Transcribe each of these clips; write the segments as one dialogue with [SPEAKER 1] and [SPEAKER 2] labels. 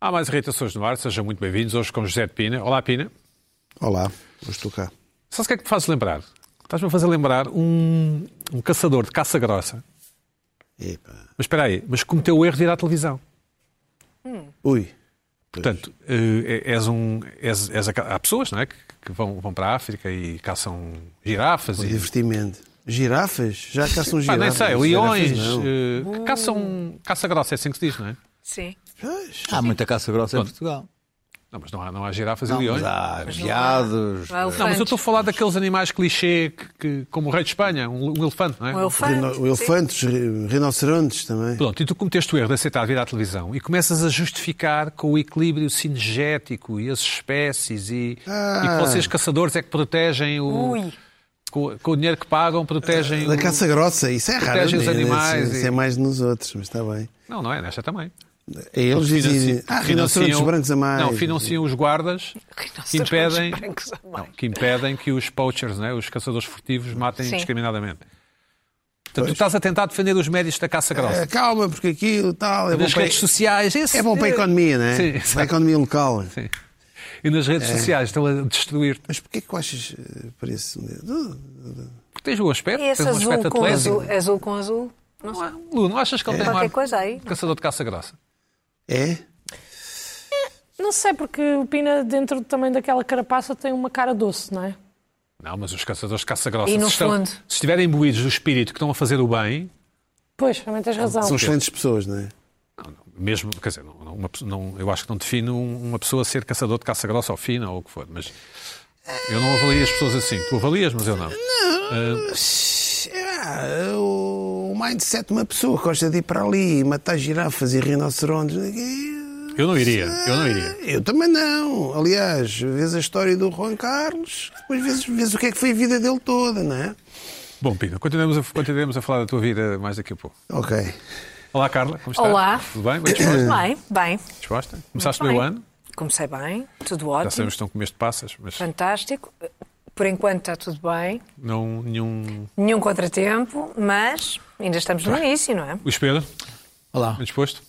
[SPEAKER 1] Há mais irritações no ar, sejam muito bem-vindos. Hoje com José de Pina. Olá, Pina.
[SPEAKER 2] Olá, hoje estou cá.
[SPEAKER 1] Sabes o que é que me fazes lembrar? Estás-me a fazer lembrar um, um caçador de caça grossa.
[SPEAKER 2] Epa.
[SPEAKER 1] Mas espera aí, mas cometeu o erro de ir à televisão.
[SPEAKER 2] Ui.
[SPEAKER 1] Portanto, eh, és um. És, és a, há pessoas não é? que, que vão, vão para a África e caçam girafas
[SPEAKER 2] Pois,
[SPEAKER 1] e.
[SPEAKER 2] Divertimento. Girafas? Já cá são
[SPEAKER 1] Pá,
[SPEAKER 2] girafas.
[SPEAKER 1] nem sei,
[SPEAKER 2] Girafas
[SPEAKER 1] leões.
[SPEAKER 2] não.
[SPEAKER 1] eh, que caçam. Caça grossa, é assim que se diz, não é?
[SPEAKER 3] Sim.
[SPEAKER 2] Pois.
[SPEAKER 4] Há muita caça grossa em Portugal.
[SPEAKER 1] Não, mas não há, não há girafas
[SPEAKER 4] Não,
[SPEAKER 1] e leões.
[SPEAKER 4] mas há veados.
[SPEAKER 3] Não há elefantes.
[SPEAKER 1] Não, mas eu estou a falar daqueles animais clichê que, que- como o rei de Espanha, um, um elefante, não é?
[SPEAKER 3] Um elefante.
[SPEAKER 2] Rino-
[SPEAKER 3] sim.
[SPEAKER 2] Elefantes, ri- rinocerontes também.
[SPEAKER 1] Pronto, e tu cometeste o erro de aceitar vir à televisão e começas a justificar com o equilíbrio cinegético e as espécies e, e
[SPEAKER 2] Ah.
[SPEAKER 1] que vocês caçadores é que protegem o...
[SPEAKER 3] Ui.
[SPEAKER 1] Com, com o dinheiro que pagam protegem
[SPEAKER 2] Ah, Da
[SPEAKER 1] o...
[SPEAKER 2] caça grossa, isso é raro.
[SPEAKER 1] Protegem os
[SPEAKER 2] né?
[SPEAKER 1] animais
[SPEAKER 2] Isso,
[SPEAKER 1] e-
[SPEAKER 2] isso é mais nos outros, mas está bem. É
[SPEAKER 1] Não, não é, nesta também.
[SPEAKER 2] Eles dizem.
[SPEAKER 1] Financi-
[SPEAKER 2] Ah, rinocerontes
[SPEAKER 1] financiam-
[SPEAKER 2] brancos a mais.
[SPEAKER 1] Não, financiam os guardas que
[SPEAKER 3] Rinocerontes
[SPEAKER 1] impedem,
[SPEAKER 3] brancos a mais.
[SPEAKER 1] não, que impedem que os poachers, né, os caçadores furtivos, matem
[SPEAKER 3] Sim.
[SPEAKER 1] indiscriminadamente. Portanto, tu estás a tentar defender os médios da caça grossa.
[SPEAKER 2] Ah, Calma, porque aquilo tal. É bom,
[SPEAKER 1] nas
[SPEAKER 2] para...
[SPEAKER 1] redes sociais, esse-
[SPEAKER 2] é bom para a economia, não é?
[SPEAKER 1] Sim,
[SPEAKER 2] para a
[SPEAKER 1] exato.
[SPEAKER 2] economia local.
[SPEAKER 1] Sim. E nas redes
[SPEAKER 2] É.
[SPEAKER 1] sociais estão a destruir-te.
[SPEAKER 2] Mas porquê que tu achas eh, parece um dedo?
[SPEAKER 1] Porque tens bom aspecto,
[SPEAKER 3] E esse
[SPEAKER 1] tens um
[SPEAKER 3] azul
[SPEAKER 1] aspecto
[SPEAKER 3] com
[SPEAKER 1] atlético.
[SPEAKER 3] azul, azul com azul? Não sei.
[SPEAKER 1] Não é? Lu, não achas que ele tem um
[SPEAKER 3] Qualquer
[SPEAKER 1] ar
[SPEAKER 3] coisa aí.
[SPEAKER 1] de caçador de caça grossa?
[SPEAKER 2] É?
[SPEAKER 5] Não sei, porque o Pina, dentro também daquela carapaça, tem uma cara doce, não é?
[SPEAKER 1] Não, mas os caçadores de caça grossa,
[SPEAKER 3] E
[SPEAKER 1] se,
[SPEAKER 3] no
[SPEAKER 1] estão,
[SPEAKER 3] fundo?
[SPEAKER 1] se estiverem imbuídos do espírito que estão a fazer o bem,
[SPEAKER 5] Pois, também
[SPEAKER 1] Ah,
[SPEAKER 5] tens razão.
[SPEAKER 2] São excelentes pessoas, não é?
[SPEAKER 1] não, não, mesmo, quer dizer, não, não- uma pessoa- não- eu acho que não defino um- uma pessoa ser caçador de caça grossa ou fina ou o que for, mas eu não avalio as pessoas assim. Tu avalias, mas eu não.
[SPEAKER 2] Ah, o mindset de uma pessoa que gosta de ir para ali e matar girafas e rinocerontes. eh,
[SPEAKER 1] Eu não iria, eu não iria.
[SPEAKER 2] Ah, Eu também não. Aliás, vês a história do Juan Carlos, depois vês, vês o que é que foi a vida dele toda, não é?
[SPEAKER 1] Bom, Pina, continuamos a, continuamos a falar da tua vida mais daqui a pouco.
[SPEAKER 2] Ok.
[SPEAKER 1] Olá, Carla, como estás?
[SPEAKER 3] Olá.
[SPEAKER 1] Tudo bem? Bem disposta?
[SPEAKER 3] Bem, bem.
[SPEAKER 1] disposta? Começaste bem o
[SPEAKER 3] bem.
[SPEAKER 1] ano?
[SPEAKER 3] Comecei bem, tudo
[SPEAKER 1] Já
[SPEAKER 3] ótimo,
[SPEAKER 1] sabemos que estão com de passas, mas
[SPEAKER 3] fantástico. Por enquanto está tudo bem,
[SPEAKER 1] não nenhum.
[SPEAKER 3] nenhum contratempo, mas ainda estamos no início, não é?
[SPEAKER 1] Luís Pedro,
[SPEAKER 4] Olá.
[SPEAKER 1] bem Tá disposto?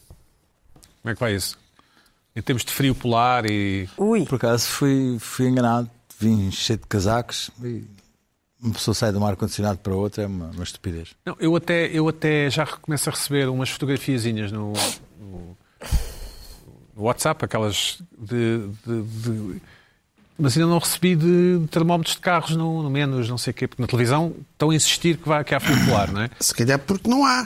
[SPEAKER 1] Como é que vai isso? Em termos de frio polar e.
[SPEAKER 3] Ui,
[SPEAKER 4] Por acaso fui, fui enganado. Vim cheio de casacos e uma pessoa sai de um ar-condicionado para outra é uma, uma estupidez.
[SPEAKER 1] Não, eu até, eu até já começo a receber umas fotografiazinhas no, no- no WhatsApp, aquelas de. de- de- mas ainda não recebi de termómetros de carros, no, no menos, não sei o quê, porque na televisão estão a insistir que, vai, que há frio polar, não é?
[SPEAKER 2] Se calhar porque não há.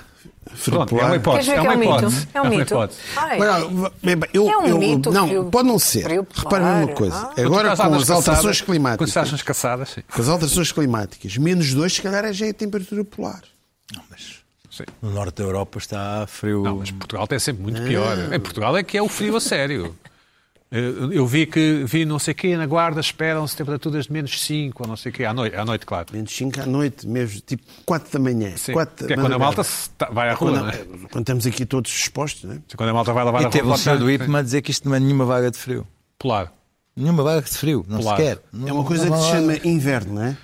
[SPEAKER 2] Frio
[SPEAKER 1] Pronto, é uma
[SPEAKER 2] polar.
[SPEAKER 1] hipótese.
[SPEAKER 3] queres ver
[SPEAKER 1] é
[SPEAKER 3] que é
[SPEAKER 1] uma
[SPEAKER 3] um
[SPEAKER 1] hipótese.
[SPEAKER 3] mito? É um mito.
[SPEAKER 1] hipótese.
[SPEAKER 3] Ai,
[SPEAKER 2] Mas, ah, bem, bem, eu-
[SPEAKER 3] É um
[SPEAKER 2] eu-
[SPEAKER 3] mito,
[SPEAKER 2] Não,
[SPEAKER 3] frio-
[SPEAKER 2] pode não ser.
[SPEAKER 3] frio
[SPEAKER 2] Repara-me uma
[SPEAKER 3] polar.
[SPEAKER 2] coisa.
[SPEAKER 3] Ah.
[SPEAKER 2] Agora
[SPEAKER 1] Quando tu estás lá
[SPEAKER 2] com
[SPEAKER 1] nas
[SPEAKER 2] as alterações
[SPEAKER 1] caçadas- Quando
[SPEAKER 2] climáticas.
[SPEAKER 1] estás nas caçadas, sim.
[SPEAKER 2] Com as alterações climáticas, menos 2, se calhar já é a temperatura polar.
[SPEAKER 4] Não, mas
[SPEAKER 1] sim.
[SPEAKER 4] no norte da Europa está frio.
[SPEAKER 1] Não, mas Portugal tem sempre muito
[SPEAKER 4] Ah.
[SPEAKER 1] pior. Em Portugal é que é o frio a sério. Eh, Eu eu vi que vi não sei quê, na guarda esperam-se temperaturas de menos 5 ou não sei quê, à noite, à noite claro.
[SPEAKER 2] Menos 5 à noite, mesmo, tipo 4 da manhã.
[SPEAKER 1] Sim.
[SPEAKER 2] quatro
[SPEAKER 1] que
[SPEAKER 2] da
[SPEAKER 1] é quando a
[SPEAKER 2] madrugada.
[SPEAKER 1] malta se ta- vai à rua,
[SPEAKER 2] Quando,
[SPEAKER 1] não é?
[SPEAKER 2] quando estamos aqui todos expostos, não é?
[SPEAKER 1] Quando a malta vai lavar
[SPEAKER 4] E
[SPEAKER 1] a roupa,
[SPEAKER 4] teve um
[SPEAKER 1] lá
[SPEAKER 4] senhor
[SPEAKER 1] está.
[SPEAKER 4] do IPMA a dizer que isto não é nenhuma vaga de frio.
[SPEAKER 1] polar.
[SPEAKER 4] Nenhuma vaga de frio, não
[SPEAKER 1] Claro.
[SPEAKER 4] se quer. Não-
[SPEAKER 2] É uma coisa
[SPEAKER 4] não
[SPEAKER 2] que se
[SPEAKER 4] há
[SPEAKER 2] chama
[SPEAKER 4] vaga.
[SPEAKER 2] inverno, não é?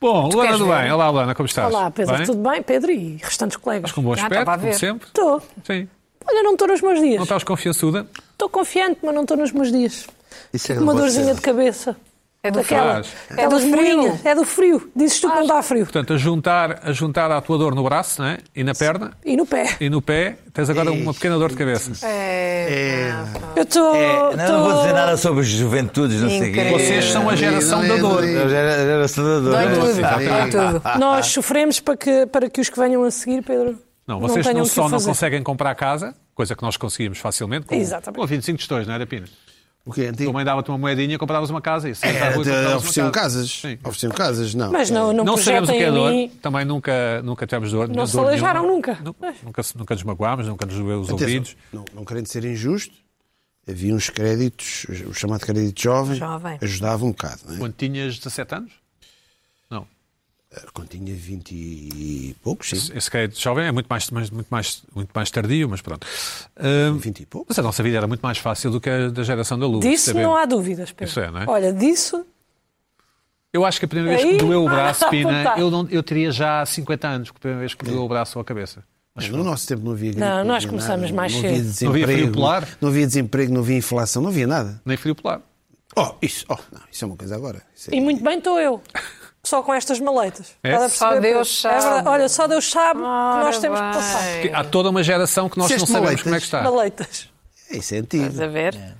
[SPEAKER 1] Bom, Luana
[SPEAKER 3] queres
[SPEAKER 1] do
[SPEAKER 3] ver?
[SPEAKER 1] bem. Olá, Luana, como estás?
[SPEAKER 5] Olá, Pedro,
[SPEAKER 1] bem?
[SPEAKER 5] tudo bem? Pedro e restantes colegas.
[SPEAKER 1] Com bom
[SPEAKER 3] Ah,
[SPEAKER 1] aspecto,
[SPEAKER 3] estava a
[SPEAKER 1] como
[SPEAKER 3] ver.
[SPEAKER 1] sempre.
[SPEAKER 5] Estou.
[SPEAKER 1] Sim.
[SPEAKER 5] Olha, não estou nos meus dias.
[SPEAKER 1] Não tá. estás confiançuda?
[SPEAKER 5] Estou confiante, mas não estou nos meus dias.
[SPEAKER 4] Isso é
[SPEAKER 5] Uma
[SPEAKER 4] não pode
[SPEAKER 5] dorzinha
[SPEAKER 4] ser.
[SPEAKER 5] de cabeça.
[SPEAKER 3] é do frio.
[SPEAKER 5] Daquela.
[SPEAKER 1] Faz.
[SPEAKER 3] É do
[SPEAKER 5] das
[SPEAKER 3] frio.
[SPEAKER 5] moinhas. É do frio. Dizes tu que não dá frio.
[SPEAKER 1] Portanto, a juntar, a juntar a tua dor no braço não é? e na perna
[SPEAKER 5] E no pé.
[SPEAKER 1] e no pé, tens agora uma pequena dor de cabeça.
[SPEAKER 3] É...
[SPEAKER 5] Eu estou.
[SPEAKER 4] É, não, não vou dizer
[SPEAKER 5] estou-
[SPEAKER 4] nada sobre juventudes, não sei o quê.
[SPEAKER 3] Incrível.
[SPEAKER 1] Vocês são a geração
[SPEAKER 2] não é
[SPEAKER 1] da dor.
[SPEAKER 2] daí.
[SPEAKER 4] Eu já era- já era é? senador.
[SPEAKER 3] Dói é tudo,
[SPEAKER 2] exato.
[SPEAKER 3] dói tudo.
[SPEAKER 5] Nós sofremos para que, para que os que venham a seguir, Pedro.
[SPEAKER 1] Não, vocês
[SPEAKER 5] tenham
[SPEAKER 1] não
[SPEAKER 5] o que
[SPEAKER 1] só não
[SPEAKER 5] fazer.
[SPEAKER 1] conseguem comprar casa, coisa que nós conseguimos facilmente, com,
[SPEAKER 5] Exatamente.
[SPEAKER 1] com 25 tostões, não era, Pina?
[SPEAKER 2] O quê? Antigo?
[SPEAKER 1] Tua mãe dava-te uma moedinha e compravas uma casa. Isso,
[SPEAKER 2] É, de- ofereciam casas.
[SPEAKER 1] Sim.
[SPEAKER 2] Ofereciam casas, não.
[SPEAKER 5] Mas não, não,
[SPEAKER 1] Não sabemos o que é
[SPEAKER 5] projetem
[SPEAKER 1] dor,
[SPEAKER 5] em mim-
[SPEAKER 1] também nunca, nunca tivemos dor. nenhuma
[SPEAKER 5] se
[SPEAKER 1] dor
[SPEAKER 5] aleijaram
[SPEAKER 1] nenhuma.
[SPEAKER 5] nunca.
[SPEAKER 1] Nu- Nunca, se- nunca nos magoámos, nunca nos doeu os
[SPEAKER 2] Atenção,
[SPEAKER 1] ouvidos.
[SPEAKER 2] Não, não querendo ser injusto, havia uns créditos, o chamado crédito jovem,
[SPEAKER 3] Jovem.
[SPEAKER 2] ajudava um bocado. Não é?
[SPEAKER 1] Quando tinhas 17 anos? Não.
[SPEAKER 2] Quando tinha 20 e poucos, sim.
[SPEAKER 1] Esse crédito jovem é muito mais, mais- muito mais, muito mais tardio, mas pronto. Ahm,
[SPEAKER 2] 20 e poucos.
[SPEAKER 1] mas a nossa vida era muito mais fácil do que a da geração da Lua.
[SPEAKER 5] Disso
[SPEAKER 1] sabemos.
[SPEAKER 5] não há dúvidas, Pedro.
[SPEAKER 1] Isso é, não é?
[SPEAKER 5] Olha, disso
[SPEAKER 1] Eu acho que a primeira vez que
[SPEAKER 5] Aí?
[SPEAKER 1] me doeu o braço,
[SPEAKER 5] Ah,
[SPEAKER 1] Pina,
[SPEAKER 5] apontar.
[SPEAKER 1] eu, não, eu teria já 50 anos, que a primeira vez que me doeu o braço ou a cabeça.
[SPEAKER 2] Mas no nosso tempo não havia gripe,
[SPEAKER 5] Não, nós
[SPEAKER 2] havia
[SPEAKER 5] começamos
[SPEAKER 2] nada,
[SPEAKER 5] mais
[SPEAKER 2] não
[SPEAKER 5] cedo.
[SPEAKER 2] Havia
[SPEAKER 5] Não
[SPEAKER 1] havia
[SPEAKER 2] desemprego,
[SPEAKER 1] frio polar?
[SPEAKER 2] Não havia desemprego, não havia inflação, não havia nada.
[SPEAKER 1] Nem frio polar.
[SPEAKER 2] Oh, isso, oh, não, isso é uma coisa agora. Isso é-
[SPEAKER 5] E muito bem estou eu. Só com estas maletas.
[SPEAKER 1] É?
[SPEAKER 5] Estás a
[SPEAKER 3] Só
[SPEAKER 5] perceber?
[SPEAKER 3] Deus sabe.
[SPEAKER 5] É verdade. Olha, só Deus sabe que nós
[SPEAKER 3] Ora
[SPEAKER 5] temos
[SPEAKER 3] bem.
[SPEAKER 5] que passar.
[SPEAKER 1] Há
[SPEAKER 2] É.
[SPEAKER 1] toda uma geração que nós
[SPEAKER 2] Disseste
[SPEAKER 1] não sabemos
[SPEAKER 2] maletas?
[SPEAKER 1] como é que está.
[SPEAKER 5] Maletas.
[SPEAKER 2] Isso é
[SPEAKER 3] Estás a
[SPEAKER 2] antigo.
[SPEAKER 3] ver?
[SPEAKER 4] É.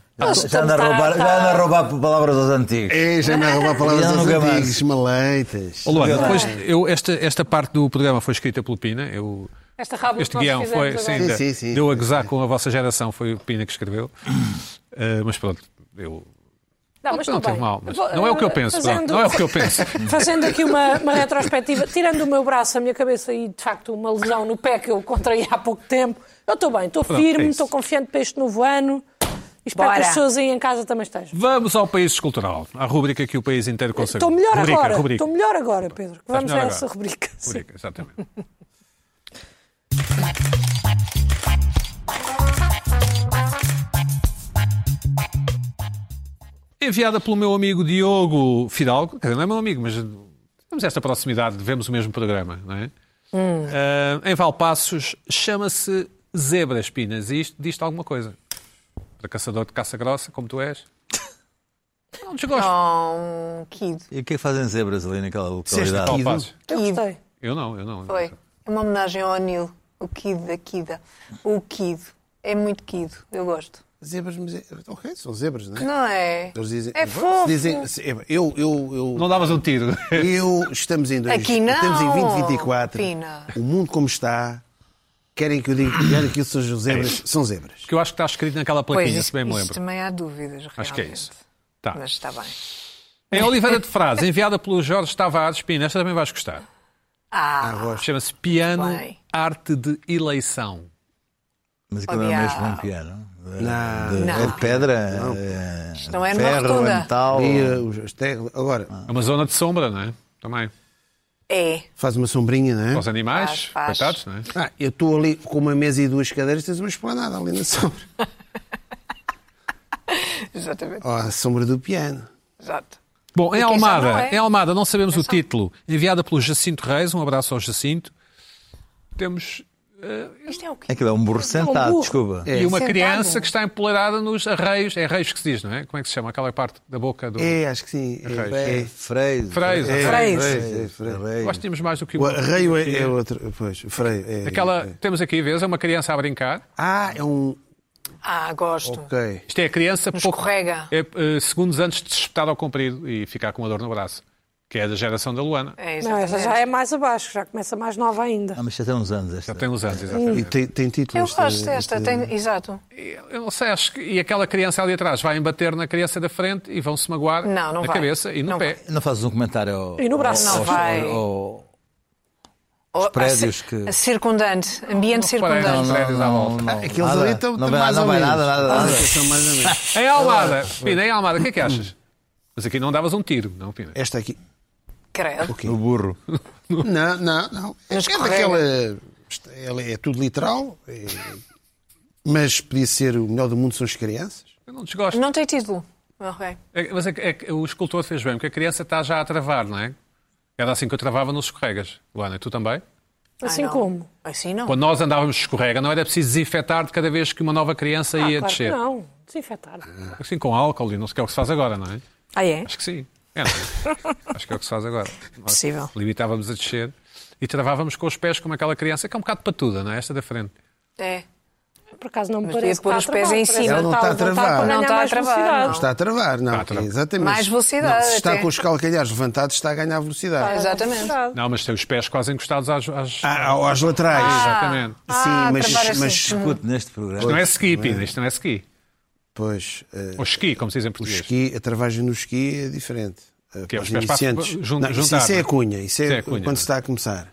[SPEAKER 4] Já anda a roubar, já anda a roubar palavras aos antigos.
[SPEAKER 2] É, já não roubar palavras
[SPEAKER 4] Já
[SPEAKER 2] aos
[SPEAKER 4] nunca mais.
[SPEAKER 2] antigos, maleitas.
[SPEAKER 1] Ô, Luana, depois eu, esta, esta parte do programa foi escrita pelo Pina. Eu,
[SPEAKER 5] Esta rábula
[SPEAKER 1] este
[SPEAKER 5] que nós
[SPEAKER 1] guião foi.
[SPEAKER 5] fizemos
[SPEAKER 1] Sim,
[SPEAKER 5] agora.
[SPEAKER 1] ainda
[SPEAKER 2] Sim, sim, sim.
[SPEAKER 1] deu a gozar com a vossa geração, foi o Pina que escreveu. Eh, mas pronto, eu.
[SPEAKER 5] Não, Ah, mas
[SPEAKER 1] não
[SPEAKER 5] tudo
[SPEAKER 1] teve
[SPEAKER 5] bem.
[SPEAKER 1] mal. mas
[SPEAKER 5] Vou-
[SPEAKER 1] não é o que eu
[SPEAKER 5] eh,
[SPEAKER 1] penso. pronto,
[SPEAKER 5] fazendo-
[SPEAKER 1] não é o que eu penso.
[SPEAKER 5] Fazendo aqui uma, uma retrospectiva, tirando o meu braço, a minha cabeça e, de facto, uma lesão no pé que eu contraí há pouco tempo, eu estou bem, estou
[SPEAKER 1] Pronto, é
[SPEAKER 5] firme,
[SPEAKER 1] isso.
[SPEAKER 5] estou confiante para este novo ano e espero
[SPEAKER 3] Bora.
[SPEAKER 5] que as pessoas aí em casa também estejam.
[SPEAKER 1] Vamos ao país cultural, à rúbrica que o país inteiro consegue.
[SPEAKER 5] Estou melhor
[SPEAKER 1] rubrica,
[SPEAKER 5] agora,
[SPEAKER 1] Rubrica,
[SPEAKER 5] estou melhor agora, Pedro. que Vamos
[SPEAKER 1] melhor
[SPEAKER 5] a
[SPEAKER 1] agora.
[SPEAKER 5] essa rubrica. Sim.
[SPEAKER 1] rubrica, exatamente. Enviada pelo meu amigo Diogo Fidalgo, quer dizer, não é meu amigo, mas temos esta proximidade, vemos o mesmo programa, não é? Ah, em Valpaços chama-se Zebra Espinas e isto diz-te alguma coisa. Para caçador de caça grossa, como tu és. Não desgosto.
[SPEAKER 3] Não, Kido.
[SPEAKER 4] E o que é que fazem zebras ali naquela
[SPEAKER 2] Disseste
[SPEAKER 4] localidade?
[SPEAKER 2] aqui.
[SPEAKER 1] Valpaços.
[SPEAKER 5] Eu gostei.
[SPEAKER 1] Eu não, eu não.
[SPEAKER 3] Foi. É uma homenagem ao Anil, o Kid da Kida. O Kid. É muito Kid. Eu gosto.
[SPEAKER 2] Zebras, mas é- ok, são zebras, não é?
[SPEAKER 3] Não é?
[SPEAKER 2] Eles dizem,
[SPEAKER 3] É fofo.
[SPEAKER 2] dizem se- é, eu, eu, eu,
[SPEAKER 1] Não davas um tiro.
[SPEAKER 2] Eu estamos em dois,
[SPEAKER 3] Aqui não,
[SPEAKER 2] Estamos em 2024.
[SPEAKER 3] Pina.
[SPEAKER 2] O mundo como está. Querem que eu diga querem que eu seja zebras? São zebras.
[SPEAKER 1] Porque eu acho que está escrito naquela plaquinha, se bem me
[SPEAKER 3] isso
[SPEAKER 1] lembro.
[SPEAKER 3] também há dúvidas, realmente.
[SPEAKER 1] Acho que é isso. Tá.
[SPEAKER 3] Mas está bem.
[SPEAKER 1] Em Oliveira de Frades, enviada pelo Jorge Tavares Pina, esta também vais gostar.
[SPEAKER 3] Ah,
[SPEAKER 1] Chama-se Piano
[SPEAKER 3] Bem.
[SPEAKER 1] Arte de Eleição.
[SPEAKER 4] Mas aquilo não é
[SPEAKER 3] Odiava.
[SPEAKER 4] mesmo um piano.
[SPEAKER 2] Não.
[SPEAKER 4] De,
[SPEAKER 3] Não.
[SPEAKER 4] É de pedra, é
[SPEAKER 3] isto não é numa
[SPEAKER 4] ferro, é
[SPEAKER 3] rotunda.
[SPEAKER 4] metal.
[SPEAKER 2] E, uh, os- as teclas- Agora,
[SPEAKER 1] É uma zona de sombra, não é? Também.
[SPEAKER 3] É.
[SPEAKER 2] faz uma sombrinha, não é?
[SPEAKER 1] Para os animais,
[SPEAKER 3] Faz, faz.
[SPEAKER 1] coitados, não é?
[SPEAKER 2] Ah, eu estou ali com uma mesa e duas cadeiras, tens uma esplanada ali na sombra.
[SPEAKER 3] Exatamente.
[SPEAKER 2] Ó, a sombra do piano.
[SPEAKER 1] Oh.
[SPEAKER 3] Exato.
[SPEAKER 1] Bom, em
[SPEAKER 3] quem sabe não
[SPEAKER 1] Almada,
[SPEAKER 3] é.
[SPEAKER 1] em Almada, não sabemos o título. Enviada pelo Jacinto Reis, um abraço ao Jacinto. Temos
[SPEAKER 3] Isto é o quê?
[SPEAKER 4] Aquilo é um burro sentado,
[SPEAKER 5] burro.
[SPEAKER 4] desculpa.
[SPEAKER 2] É.
[SPEAKER 1] e uma
[SPEAKER 3] Sentado.
[SPEAKER 1] criança que está empoleirada nos arreios. É arreios que se diz, não é? Como é que se chama? Aquela parte da boca do.
[SPEAKER 2] É, acho que sim. É, é.
[SPEAKER 4] Freio.
[SPEAKER 1] Freio.
[SPEAKER 2] Freio.
[SPEAKER 4] Freio.
[SPEAKER 1] Eu acho que temos mais do que
[SPEAKER 2] O
[SPEAKER 1] uma.
[SPEAKER 2] arreio é, é outro. Pois, freio. é-
[SPEAKER 1] Aquela, temos aqui, vês, é uma criança a brincar.
[SPEAKER 2] Ah, é um.
[SPEAKER 3] Ah, gosto.
[SPEAKER 2] Ok.
[SPEAKER 1] Isto é a criança pouco,
[SPEAKER 3] Um escorrega.
[SPEAKER 1] é, eh, segundos antes de se espetar ao comprido e ficar com uma dor no braço, que é da geração da Luana.
[SPEAKER 3] É,
[SPEAKER 5] Não,
[SPEAKER 3] exatamente.
[SPEAKER 5] essa já é mais abaixo, já começa mais nova ainda.
[SPEAKER 4] Ah, mas já tem uns anos esta.
[SPEAKER 1] Já tem uns anos,
[SPEAKER 2] E
[SPEAKER 1] exatamente.
[SPEAKER 2] tem, tem título.
[SPEAKER 3] Eu
[SPEAKER 2] esta-
[SPEAKER 3] gosto desta.
[SPEAKER 2] esta-
[SPEAKER 3] Tem... Exato.
[SPEAKER 1] E, eu não sei, acho que, e aquela criança ali atrás vai embater na criança da frente e vão se magoar
[SPEAKER 3] Não, não
[SPEAKER 1] na
[SPEAKER 3] vai.
[SPEAKER 1] cabeça e no
[SPEAKER 3] Não
[SPEAKER 1] pé.
[SPEAKER 4] Não fazes um comentário ao,
[SPEAKER 5] E no braço.
[SPEAKER 4] ao-
[SPEAKER 3] Não
[SPEAKER 4] aos-
[SPEAKER 3] vai.
[SPEAKER 4] ao- ao-
[SPEAKER 3] Os
[SPEAKER 4] prédios que-
[SPEAKER 3] Circundante. Ambiente circundante.
[SPEAKER 1] Não,
[SPEAKER 4] Não,
[SPEAKER 1] não. Prédios à volta.
[SPEAKER 4] não, não.
[SPEAKER 2] Aqueles
[SPEAKER 4] Nada.
[SPEAKER 2] É ali estão
[SPEAKER 4] Não vai-
[SPEAKER 2] mais
[SPEAKER 4] não
[SPEAKER 2] ou
[SPEAKER 4] vai
[SPEAKER 2] menos. Ah,
[SPEAKER 4] nada, nada, nada.
[SPEAKER 2] São mais ou menos.
[SPEAKER 1] Em Almada, Pina, em Almada, o que é que achas? Mas aqui não davas um tiro, não, Pina?
[SPEAKER 2] Esta aqui.
[SPEAKER 3] Credo.
[SPEAKER 4] No burro.
[SPEAKER 2] Não, não, não. É,
[SPEAKER 3] Mas
[SPEAKER 2] é
[SPEAKER 3] correu.
[SPEAKER 2] daquela. isto- ela é tudo literal. é- Mas podia ser o melhor do mundo são as crianças.
[SPEAKER 1] Eu não desgosto.
[SPEAKER 3] Não tem título. Ok.
[SPEAKER 1] É- mas é, que- é que o escultor fez bem, porque a criança está já a travar, não é? Era assim que eu travava nos escorregas. Luana, e tu também?
[SPEAKER 5] Assim
[SPEAKER 3] Ai, não.
[SPEAKER 5] como?
[SPEAKER 3] Assim não.
[SPEAKER 1] Quando nós andávamos de escorrega, não era preciso desinfetar de cada vez que uma nova
[SPEAKER 3] Ah,
[SPEAKER 1] criança ia
[SPEAKER 5] Ah, claro que
[SPEAKER 1] descer.
[SPEAKER 5] não. Desinfetar.
[SPEAKER 1] Assim, com álcool e não sei o que é o que se faz agora, não é?
[SPEAKER 3] Ah, é?
[SPEAKER 1] Acho que sim. É, não é? Acho que é o que se faz agora. Nós
[SPEAKER 3] Possível.
[SPEAKER 1] Limitávamos a descer e travávamos com os pés como aquela criança, que é um bocado patuda, não é? Esta da frente.
[SPEAKER 3] É.
[SPEAKER 5] Por acaso não me
[SPEAKER 3] Mas
[SPEAKER 5] parece
[SPEAKER 3] devia pôr
[SPEAKER 5] que
[SPEAKER 3] os
[SPEAKER 5] está
[SPEAKER 3] pés
[SPEAKER 5] a
[SPEAKER 3] em
[SPEAKER 5] travar,
[SPEAKER 3] cima.
[SPEAKER 5] parece
[SPEAKER 2] Ela não tá
[SPEAKER 5] que
[SPEAKER 2] está a
[SPEAKER 5] levantar
[SPEAKER 2] travar.
[SPEAKER 5] para ganhar
[SPEAKER 3] Não tá está a
[SPEAKER 5] mais
[SPEAKER 3] travar,
[SPEAKER 5] velocidade.
[SPEAKER 3] não.
[SPEAKER 2] Está a travar, não.
[SPEAKER 1] Está a travar.
[SPEAKER 2] é Exatamente.
[SPEAKER 3] Mais velocidade
[SPEAKER 2] Não, se está
[SPEAKER 3] até.
[SPEAKER 2] com os calcanhares levantados, está a ganhar velocidade.
[SPEAKER 3] Exatamente.
[SPEAKER 1] Não, mas tem os pés quase encostados às. às-
[SPEAKER 2] Ah, ao- aos laterais.
[SPEAKER 1] Exatamente.
[SPEAKER 3] Ah,
[SPEAKER 2] Sim, mas,
[SPEAKER 3] travar assim.
[SPEAKER 2] mas
[SPEAKER 4] Escute neste programa.
[SPEAKER 1] Não é ski, Pina, isto não é ski.
[SPEAKER 2] pois eh,
[SPEAKER 1] Ou ski, como se diz em
[SPEAKER 2] o
[SPEAKER 1] português.
[SPEAKER 2] esqui, a travagem no esqui é diferente. Eh,
[SPEAKER 1] Que é os
[SPEAKER 2] para
[SPEAKER 1] pés para
[SPEAKER 2] iniciantes.
[SPEAKER 1] jun-
[SPEAKER 2] Não, isso,
[SPEAKER 1] juntar,
[SPEAKER 2] isso é
[SPEAKER 1] não é?
[SPEAKER 2] a cunha, isso é,
[SPEAKER 1] Isso é a cunha, não é?
[SPEAKER 2] quando se está a começar.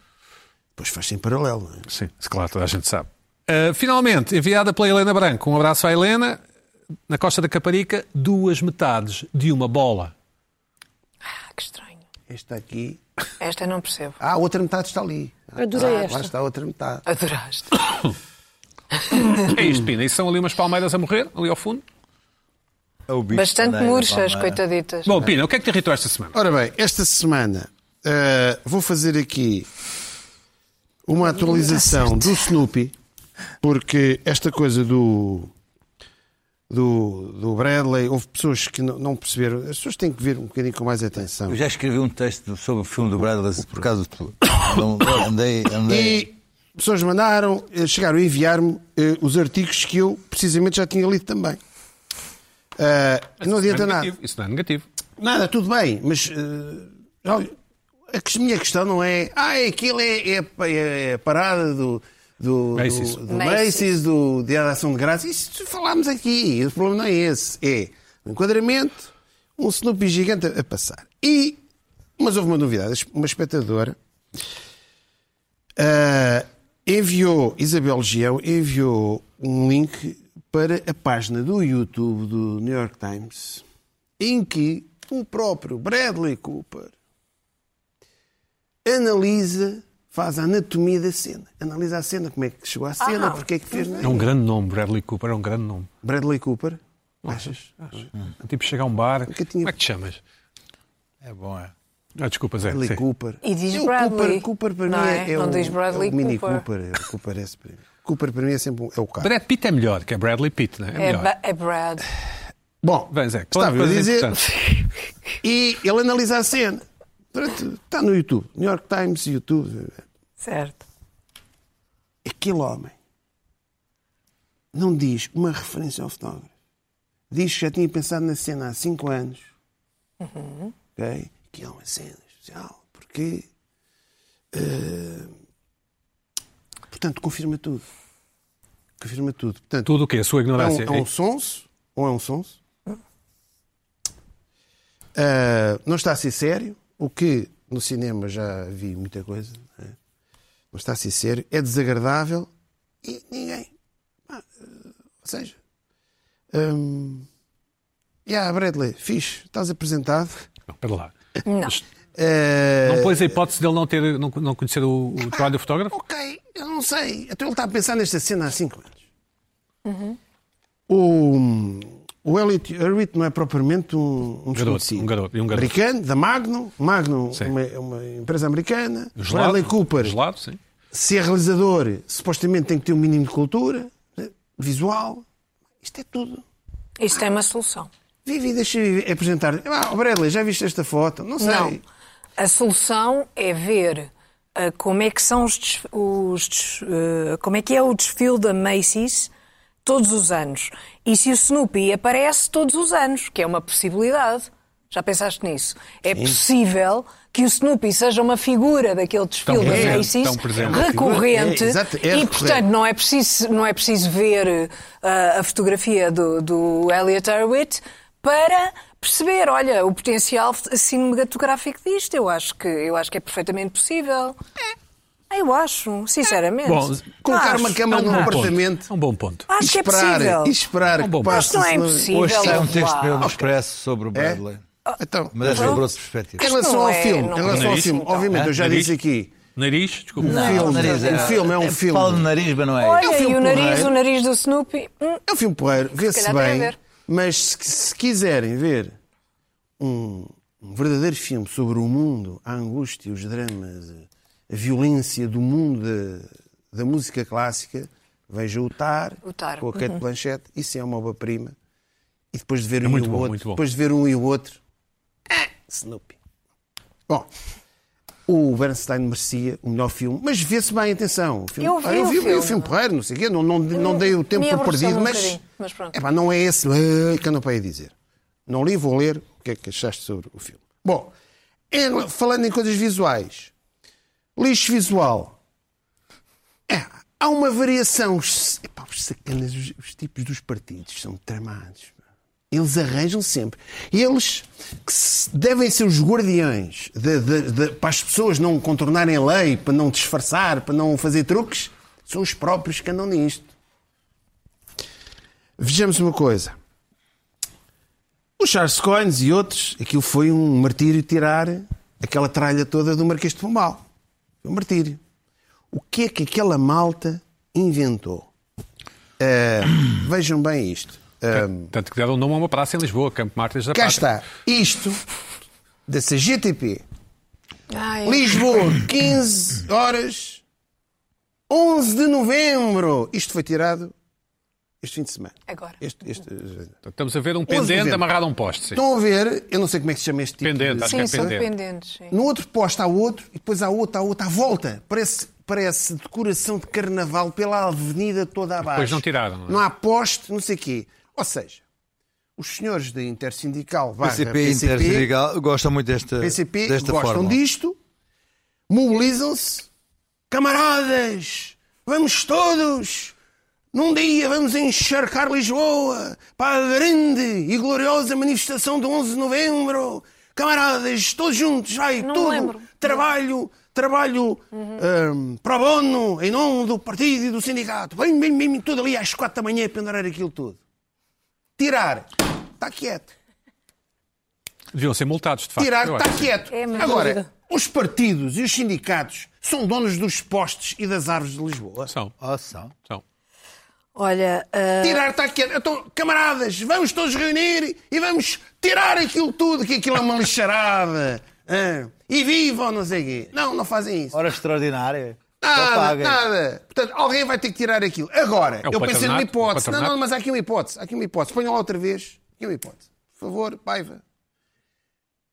[SPEAKER 2] Pois faz-se em paralelo. não é?
[SPEAKER 1] Sim, se claro, toda a gente sabe. Ah, finalmente, enviada pela Helena Branco. Um abraço à Helena. Na costa da Caparica, duas metades de uma bola.
[SPEAKER 3] Ah, que estranho.
[SPEAKER 2] Esta aqui.
[SPEAKER 3] Esta eu não percebo.
[SPEAKER 2] Ah, a outra metade está ali.
[SPEAKER 5] Adorei
[SPEAKER 2] ah,
[SPEAKER 5] esta.
[SPEAKER 2] Lá está a outra metade.
[SPEAKER 3] Adoraste.
[SPEAKER 1] É isto, Pina. E são ali umas palmeiras a morrer, ali ao fundo.
[SPEAKER 4] É o bicho
[SPEAKER 3] Bastante
[SPEAKER 4] também,
[SPEAKER 3] murchas,
[SPEAKER 4] não é?
[SPEAKER 3] coitaditas.
[SPEAKER 1] Bom, Pina, o que é que te irritou esta semana?
[SPEAKER 2] Ora bem, esta semana eh, vou fazer aqui uma atualização do Snoopy, porque esta coisa do, do, do Bradley, houve pessoas que não, não perceberam, as pessoas têm que ver um bocadinho com mais atenção.
[SPEAKER 4] Eu já escrevi um texto sobre o filme do Bradley por causa de tu. Então, Andei, andei.
[SPEAKER 2] E pessoas mandaram, eh, chegaram a enviar-me eh, os artigos que eu precisamente já tinha lido também. Ah, não adianta
[SPEAKER 1] não é
[SPEAKER 2] nada.
[SPEAKER 1] negativo. Isso não é negativo.
[SPEAKER 2] Nada, tudo bem, mas eh, olha, a que- minha questão não é. Ah, é aquilo é, é, é a parada do. Do,
[SPEAKER 1] Macy's.
[SPEAKER 2] do, do
[SPEAKER 3] Macy's.
[SPEAKER 2] Macy's, do Dia da Ação de Graça, isso falámos aqui, o problema não é esse. É um enquadramento, um Snoopy gigante a a passar. E, mas houve uma novidade, uma espectadora ah, enviou, Isabel Gião enviou um link para a página do YouTube do New York Times em que o próprio Bradley Cooper analisa, faz a anatomia da cena. Analisa a cena, como é que
[SPEAKER 3] Ah,
[SPEAKER 2] chegou à cena, porque é que fez.
[SPEAKER 1] É um grande nome, Bradley Cooper, é um grande nome.
[SPEAKER 2] Bradley Cooper, achas?
[SPEAKER 1] Tipo, chega a um bar.
[SPEAKER 2] Nunca tinha-
[SPEAKER 1] Como é que te chamas?
[SPEAKER 4] É bom, é.
[SPEAKER 1] Ah, desculpa, Zé.
[SPEAKER 2] Bradley
[SPEAKER 1] sim.
[SPEAKER 2] Cooper.
[SPEAKER 3] E diz
[SPEAKER 2] Eu,
[SPEAKER 3] Bradley,
[SPEAKER 2] Cooper, Cooper para
[SPEAKER 3] não
[SPEAKER 2] mim
[SPEAKER 3] é?
[SPEAKER 2] é,
[SPEAKER 3] Não
[SPEAKER 2] o,
[SPEAKER 3] diz Bradley
[SPEAKER 2] é o Mini
[SPEAKER 3] Cooper.
[SPEAKER 2] Cooper. é o Cooper, é sempre- Cooper para mim é sempre um- é o carro.
[SPEAKER 1] Brad Pitt é melhor, que é Bradley Pitt, não é? É
[SPEAKER 3] É,
[SPEAKER 1] melhor.
[SPEAKER 3] Ba- é Brad.
[SPEAKER 2] Bom,
[SPEAKER 1] Bem, Zé,
[SPEAKER 2] estava eu a
[SPEAKER 1] coisas
[SPEAKER 2] dizer.
[SPEAKER 1] importantes.
[SPEAKER 2] E ele analisa a cena. Durante- está no YouTube. New York Times, YouTube.
[SPEAKER 3] Certo.
[SPEAKER 2] Aquele homem não diz uma referência ao fotógrafo. Diz que já tinha pensado na cena há 5 anos. Ok? Que é uma cena especial. Porque. eh, portanto, confirma tudo. Confirma tudo. Portanto,
[SPEAKER 1] Tudo o quê? A sua
[SPEAKER 2] é um,
[SPEAKER 1] ignorância.
[SPEAKER 2] é um sonso? Ou é um sonso? Ah, não está a ser sério, o que no cinema já vi muita coisa. Não, é? Não está a ser sério, é desagradável e ninguém. pá, ah, ou seja, hum, yeah, Bradley, fixe, estás apresentado.
[SPEAKER 1] Não, Espera lá.
[SPEAKER 3] Não.
[SPEAKER 2] Ah,
[SPEAKER 1] Não pôs a hipótese dele não, ter, não, não conhecer o, o trabalho do fotógrafo?
[SPEAKER 2] Ok, eu não sei. Então ele está a pensar nesta cena há 5 anos.
[SPEAKER 3] Uhum.
[SPEAKER 2] O, o Elliot Erwitt não é propriamente um, um
[SPEAKER 1] Garoto,
[SPEAKER 2] desconhecido.
[SPEAKER 1] um garoto. E um garoto.
[SPEAKER 2] Americano, da Magnum. Magnum
[SPEAKER 1] Sim.
[SPEAKER 2] uma, é uma empresa americana.
[SPEAKER 1] Gelado.
[SPEAKER 2] Bradley Cooper,
[SPEAKER 1] Gelado, sim.
[SPEAKER 2] se é realizador, supostamente tem que ter um mínimo de cultura, né, visual. Isto é tudo.
[SPEAKER 3] Isto é uma solução.
[SPEAKER 2] Vive, deixa eu apresentar. Ah, Bradley, já viste esta foto? Não sei.
[SPEAKER 3] Não. A solução é ver ah, como é que são os, des- os des- eh, como é que é o desfile da Macy's todos os anos. E se o Snoopy aparece todos os anos, que é uma possibilidade. Já pensaste nisso? É possível que o Snoopy seja uma figura daquele desfile
[SPEAKER 1] Tão
[SPEAKER 3] da
[SPEAKER 1] presente,
[SPEAKER 3] Macy's
[SPEAKER 1] tão presente.
[SPEAKER 3] recorrente
[SPEAKER 2] É, exato, é
[SPEAKER 3] e,
[SPEAKER 2] recorrente.
[SPEAKER 3] portanto, não é preciso, não é preciso ver ah, a fotografia do, do Elliot Erwitt para perceber, olha, o potencial cinematográfico disto. Eu acho que, eu acho que é perfeitamente possível. Eu acho, sinceramente.
[SPEAKER 1] Bom,
[SPEAKER 2] Colocar
[SPEAKER 3] acho,
[SPEAKER 2] uma câmara
[SPEAKER 1] É
[SPEAKER 2] num
[SPEAKER 1] um bom
[SPEAKER 2] apartamento.
[SPEAKER 1] ponto. É um bom ponto.
[SPEAKER 2] e
[SPEAKER 3] acho que é
[SPEAKER 2] esperar,
[SPEAKER 3] possível.
[SPEAKER 2] e esperar
[SPEAKER 1] É um
[SPEAKER 2] que
[SPEAKER 1] bom
[SPEAKER 2] passe.
[SPEAKER 3] Mas não é
[SPEAKER 2] senão-
[SPEAKER 3] impossível.
[SPEAKER 4] Hoje sai um
[SPEAKER 3] Vamos
[SPEAKER 4] texto
[SPEAKER 3] lá.
[SPEAKER 4] meu no Expresso sobre
[SPEAKER 1] É?
[SPEAKER 4] o Bradley.
[SPEAKER 2] Então,
[SPEAKER 4] Mas é sobre outras perspectivas.
[SPEAKER 2] Em relação
[SPEAKER 3] não
[SPEAKER 2] ao
[SPEAKER 3] é-
[SPEAKER 2] filme,
[SPEAKER 3] não
[SPEAKER 2] em relação ao
[SPEAKER 1] é.
[SPEAKER 2] filme, obviamente, eu já
[SPEAKER 1] Nariz?
[SPEAKER 2] disse aqui.
[SPEAKER 1] Nariz, desculpa.
[SPEAKER 4] Ah,
[SPEAKER 2] Não. filme, um filme, é um filme.
[SPEAKER 4] Fala de nariz, mas não é.
[SPEAKER 3] Olha,
[SPEAKER 2] É um filme
[SPEAKER 3] e o nariz,
[SPEAKER 2] porreiro.
[SPEAKER 3] o nariz do Snoopy. hum,
[SPEAKER 2] É um filme porreiro, vê-se
[SPEAKER 3] calhar tem a
[SPEAKER 2] bem,
[SPEAKER 3] ver.
[SPEAKER 2] mas se, se quiserem ver um, um verdadeiro filme sobre o mundo, a angústia, os dramas, a violência do mundo da, da música clássica, vejam o Tar,
[SPEAKER 3] O Tar, Uhum.
[SPEAKER 2] com a Kate Blanchett, isso é uma obra-prima. E depois de ver um
[SPEAKER 1] É muito
[SPEAKER 2] e o
[SPEAKER 1] bom, muito
[SPEAKER 2] outro,
[SPEAKER 1] bom.
[SPEAKER 2] depois de ver um e o outro, ah, Snoopy. Bom, o Bernstein merecia o melhor filme, mas vê-se bem, atenção. O filme,
[SPEAKER 3] Eu vi
[SPEAKER 2] Ah, eu
[SPEAKER 3] o
[SPEAKER 2] vi,
[SPEAKER 3] filme.
[SPEAKER 2] o filme porreiro, não sei o quê, não, não, não dei o tempo
[SPEAKER 3] me
[SPEAKER 2] por perdido,
[SPEAKER 3] aborreceu um
[SPEAKER 2] mas,
[SPEAKER 3] bocadinho, mas pronto.
[SPEAKER 2] é pá, não é esse eh, que ando para aí dizer. Não li, vou ler o que é que achaste sobre o filme. Bom, em- falando em coisas visuais, lixo visual. É, há uma variação. Os, epá, os sacanas, os, os tipos dos partidos são tramados. pá. Eles arranjam sempre. Eles que se- devem ser os guardiões de- de- de- para as pessoas não contornarem a lei, para não disfarçar, para não fazer truques, são os próprios que andam nisto. Vejamos uma coisa. O Charles Coins e outros, aquilo foi um martírio tirar aquela tralha toda do Marquês de Pombal. Foi um martírio. O que é que aquela malta inventou? Eh, vejam bem isto. Eh,
[SPEAKER 1] Tanto que deram nome a uma praça em Lisboa, Campo Martins da
[SPEAKER 2] cá
[SPEAKER 1] Pátria.
[SPEAKER 2] está. Isto da CGTP.
[SPEAKER 3] ai,
[SPEAKER 2] Lisboa, 15 horas 11 de novembro! Isto foi tirado este fim de semana.
[SPEAKER 3] Agora.
[SPEAKER 2] Este, este-
[SPEAKER 1] Estamos a ver um
[SPEAKER 2] de
[SPEAKER 1] pendente
[SPEAKER 2] novembro.
[SPEAKER 1] amarrado a um poste. Sim.
[SPEAKER 2] Estão a ver, eu não sei como é que se chama este tipo.
[SPEAKER 1] Pendente,
[SPEAKER 2] de-
[SPEAKER 1] acho
[SPEAKER 3] Sim,
[SPEAKER 1] que é
[SPEAKER 3] são
[SPEAKER 1] pendente.
[SPEAKER 3] dependentes. sim.
[SPEAKER 2] No outro posto há outro, e depois há outro, há outro, à volta. Parece, parece decoração de carnaval pela avenida toda abaixo.
[SPEAKER 1] Depois não tiraram, não é?
[SPEAKER 2] Não há poste, não sei o quê. Ou seja, os senhores da Intersindical, barra
[SPEAKER 4] PCP e
[SPEAKER 2] PCP,
[SPEAKER 4] Intersindical gostam muito desta,
[SPEAKER 2] PCP
[SPEAKER 4] desta
[SPEAKER 2] gostam
[SPEAKER 4] forma.
[SPEAKER 2] disto, mobilizam-se, camaradas, vamos todos, num dia vamos encharcar Lisboa para a grande e gloriosa manifestação do 11 de novembro, camaradas, todos juntos, vai,
[SPEAKER 3] Não me
[SPEAKER 2] tudo,
[SPEAKER 3] lembro.
[SPEAKER 2] trabalho, trabalho ahm, pro bono, em nome do partido e do sindicato, bem, bem, bem, tudo ali às quatro da manhã a pendurar aquilo tudo. Tirar, está quieto
[SPEAKER 1] Deviam ser multados, de facto.
[SPEAKER 2] tirar,
[SPEAKER 1] Eu
[SPEAKER 2] está
[SPEAKER 1] acho.
[SPEAKER 2] quieto.
[SPEAKER 3] É, mas-
[SPEAKER 2] Agora, os partidos e os sindicatos são donos dos postes e das árvores de Lisboa.
[SPEAKER 1] São,
[SPEAKER 4] Oh, são.
[SPEAKER 1] são.
[SPEAKER 3] Olha, ah,
[SPEAKER 2] Tirar está quieto. Então, camaradas, vamos todos reunir e vamos tirar aquilo tudo, que aquilo é uma lixarada. Ah, e vivam, não sei o quê. Não, não fazem isso.
[SPEAKER 4] Hora extraordinária. Só
[SPEAKER 2] Nada,
[SPEAKER 4] paguem.
[SPEAKER 2] nada. Portanto, alguém vai ter que tirar aquilo. Agora,
[SPEAKER 1] É o
[SPEAKER 2] eu pensei numa
[SPEAKER 1] patronato,
[SPEAKER 2] hipótese.
[SPEAKER 1] o
[SPEAKER 2] Não,
[SPEAKER 1] patronato.
[SPEAKER 2] não, mas há aqui uma hipótese. Há aqui uma hipótese. Ponham lá outra vez. Há Aqui uma hipótese. Por favor, paiva.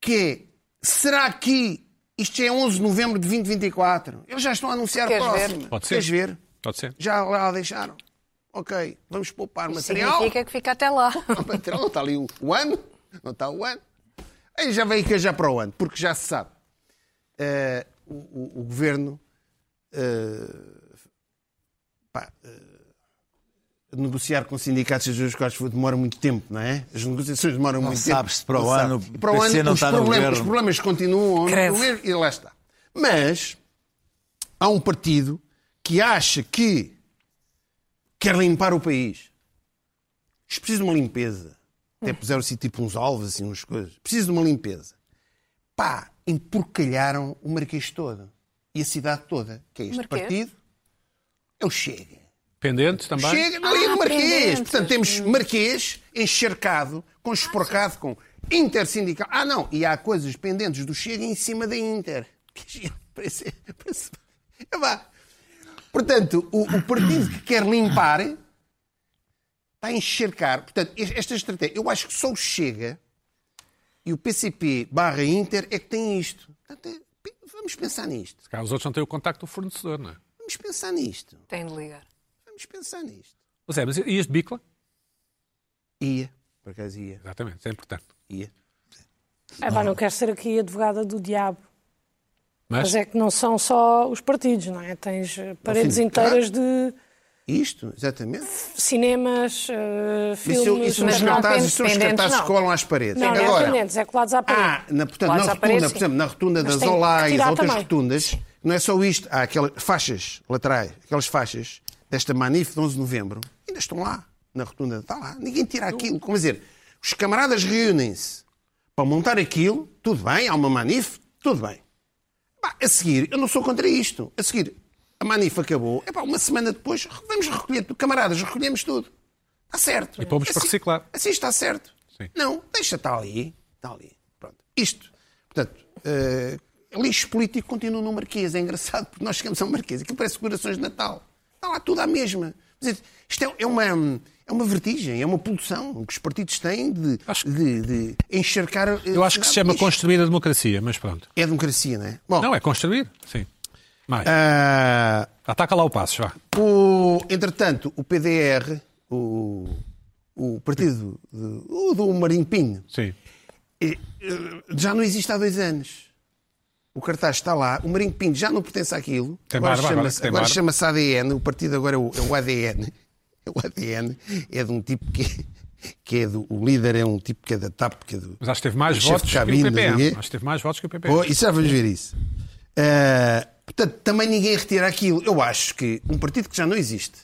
[SPEAKER 2] Que é, será que isto já é 11 de novembro de 2024? Eles já estão a anunciar
[SPEAKER 3] Queres
[SPEAKER 2] a
[SPEAKER 3] ver?
[SPEAKER 2] próxima.
[SPEAKER 1] Pode ser.
[SPEAKER 2] Queres ver?
[SPEAKER 1] Pode ser.
[SPEAKER 2] Já lá deixaram. Ok, vamos poupar material.
[SPEAKER 3] significa que fica até lá.
[SPEAKER 2] Não, material não está ali o, o ano. Não está o ano. Aí já veio que é já para o ano, porque já se sabe. Eh, o, o- o governo eh, pá, eh, negociar com sindicatos das duas costas demora muito tempo, não é? As negociações demoram muito tempo.
[SPEAKER 4] sabe-se para o
[SPEAKER 2] Não
[SPEAKER 4] ano,
[SPEAKER 2] sabe.
[SPEAKER 4] o
[SPEAKER 2] para o
[SPEAKER 4] PC
[SPEAKER 2] ano
[SPEAKER 4] não
[SPEAKER 2] os,
[SPEAKER 4] está no
[SPEAKER 2] problemas,
[SPEAKER 4] governo.
[SPEAKER 2] os problemas continuam
[SPEAKER 3] Creve.
[SPEAKER 2] governo, e lá está. Mas há um partido que acha que quer limpar o país. Isto precisa de uma limpeza. Até puseram assim tipo uns alvos, assim, umas coisas. Precisa de uma limpeza. Pá, empurcalharam o Marquês todo. E a cidade toda. Que é este
[SPEAKER 3] Marquês?
[SPEAKER 2] partido? É o Chega.
[SPEAKER 1] Pendente também.
[SPEAKER 2] Chega ali
[SPEAKER 3] Ah,
[SPEAKER 2] no Marquês.
[SPEAKER 3] pendentes.
[SPEAKER 2] Portanto, temos Marquês encharcado, com esporcado, com intersindical. Ah, não, e há coisas pendentes do Chega em cima da Inter. Que giro, parece- parece- É vá. Portanto, o, o partido que quer limpar está a encharcar. Portanto, es- esta estratégia, eu acho que só o Chega e o PCP barra Inter é que têm isto. Portanto, é- vamos pensar nisto.
[SPEAKER 1] Cá, Os outros não têm o contacto do fornecedor, não é?
[SPEAKER 2] Vamos pensar nisto.
[SPEAKER 3] Tem de ligar.
[SPEAKER 2] Vamos pensar nisto.
[SPEAKER 1] Mas é, mas e este bicla?
[SPEAKER 2] Ia. Por acaso ia.
[SPEAKER 1] Exatamente, isso é importante.
[SPEAKER 2] Ia.
[SPEAKER 5] É, pá, não quero ser aqui advogada do diabo.
[SPEAKER 1] Mas,
[SPEAKER 5] Mas é que não são só os partidos, não é? Tens eh, paredes
[SPEAKER 2] sindicato.
[SPEAKER 5] inteiras de
[SPEAKER 2] Isto, exatamente.
[SPEAKER 5] cinemas, eh, filmes...
[SPEAKER 2] Isso, isso nos
[SPEAKER 3] mas não
[SPEAKER 2] cartazes,
[SPEAKER 3] tem
[SPEAKER 2] isso nos
[SPEAKER 3] dependentes,
[SPEAKER 2] cartazes
[SPEAKER 3] não.
[SPEAKER 2] colam às paredes.
[SPEAKER 5] Não, não é
[SPEAKER 2] Agora,
[SPEAKER 5] pendentes, é colados à parede.
[SPEAKER 2] ah, na, portanto, na
[SPEAKER 3] Colados à
[SPEAKER 2] rotunda,
[SPEAKER 3] parede,
[SPEAKER 2] por
[SPEAKER 3] sim.
[SPEAKER 2] exemplo, na rotunda
[SPEAKER 5] Mas
[SPEAKER 2] das
[SPEAKER 5] tem que
[SPEAKER 2] Olais,
[SPEAKER 5] tirar
[SPEAKER 2] outras
[SPEAKER 5] também.
[SPEAKER 2] rotundas, não é só isto. Há aquelas faixas laterais, aquelas faixas desta manif de 11 de novembro, ainda estão lá, na rotunda, está lá. Ninguém tira aquilo. Como dizer, os camaradas reúnem-se para montar aquilo, tudo bem, há uma manif, tudo bem. Pá, a seguir, eu não sou contra isto. A seguir, a manif acabou. É pá, uma semana depois, vamos recolher tudo. Camaradas, recolhemos tudo. Está certo.
[SPEAKER 1] E pomos para
[SPEAKER 2] Assim-
[SPEAKER 1] reciclar.
[SPEAKER 2] Assim está certo.
[SPEAKER 1] Sim.
[SPEAKER 2] Não, deixa estar ali. Está ali. Pronto. Isto. Portanto, eh, lixo político continua no Marquês. É engraçado, porque nós chegamos ao Marquês. Aquilo parece decorações de Natal. Está lá tudo à mesma. Quer dizer, isto é, é uma, é uma vertigem, é uma pulsão que os partidos têm de,
[SPEAKER 1] Acho
[SPEAKER 2] de, de encharcar. a
[SPEAKER 1] eu acho que se chama
[SPEAKER 2] cidade de lixo.
[SPEAKER 1] construir a democracia, mas pronto.
[SPEAKER 2] É democracia, não é? Bom,
[SPEAKER 1] Não, é construir, sim. Mais.
[SPEAKER 2] ah,
[SPEAKER 1] Ataca lá o passo, vá.
[SPEAKER 2] O- entretanto, o PDR, o, o partido de- o do Marinho Pinho,
[SPEAKER 1] Sim.
[SPEAKER 2] eh, eh, já não existe há dois anos. O cartaz está lá, o Marinho Pinho já não pertence àquilo.
[SPEAKER 1] Tem
[SPEAKER 2] agora
[SPEAKER 1] barba, agora
[SPEAKER 2] chama-se
[SPEAKER 1] que tem
[SPEAKER 2] agora
[SPEAKER 1] barba.
[SPEAKER 2] chama-se ADN, o partido agora é o, é o ADN. É O ADN é de um tipo que, que é do. O líder é um tipo que é da TAP, que é do.
[SPEAKER 1] Mas acho que teve mais
[SPEAKER 2] do chefe de
[SPEAKER 1] votos que o
[SPEAKER 2] cabine, não sei
[SPEAKER 1] PPM.
[SPEAKER 2] quê.
[SPEAKER 1] Acho que teve mais votos que o PPM.
[SPEAKER 2] Oh, isso já vamos ver isso. Ah, portanto, também ninguém retira aquilo. Eu acho que um partido que já não existe.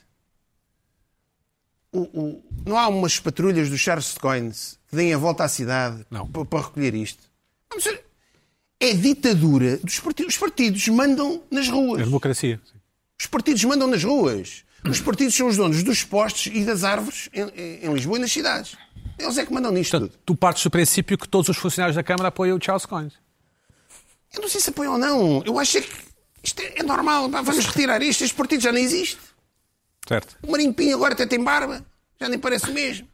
[SPEAKER 2] O- o- não há umas patrulhas do Charles Coins que deem a volta à cidade
[SPEAKER 1] Não.
[SPEAKER 2] pa- para recolher isto. Vamos ver. É ditadura dos partidos. Os partidos mandam nas
[SPEAKER 1] A
[SPEAKER 2] ruas.
[SPEAKER 1] democracia. sim.
[SPEAKER 2] Os partidos mandam nas ruas. Os partidos são os donos dos postes e das árvores em, em- em Lisboa e nas cidades. Eles é que mandam nisto tudo.
[SPEAKER 1] Portanto, tu partes do princípio que todos os funcionários da Câmara apoiam o Charles Coins.
[SPEAKER 2] Eu não sei se apoiam ou não. Eu acho é que Isto é, é normal, pá, vamos retirar isto, este partido já não existe.
[SPEAKER 1] Certo.
[SPEAKER 2] O Marinho Pinho agora até tem barba, já nem parece o mesmo.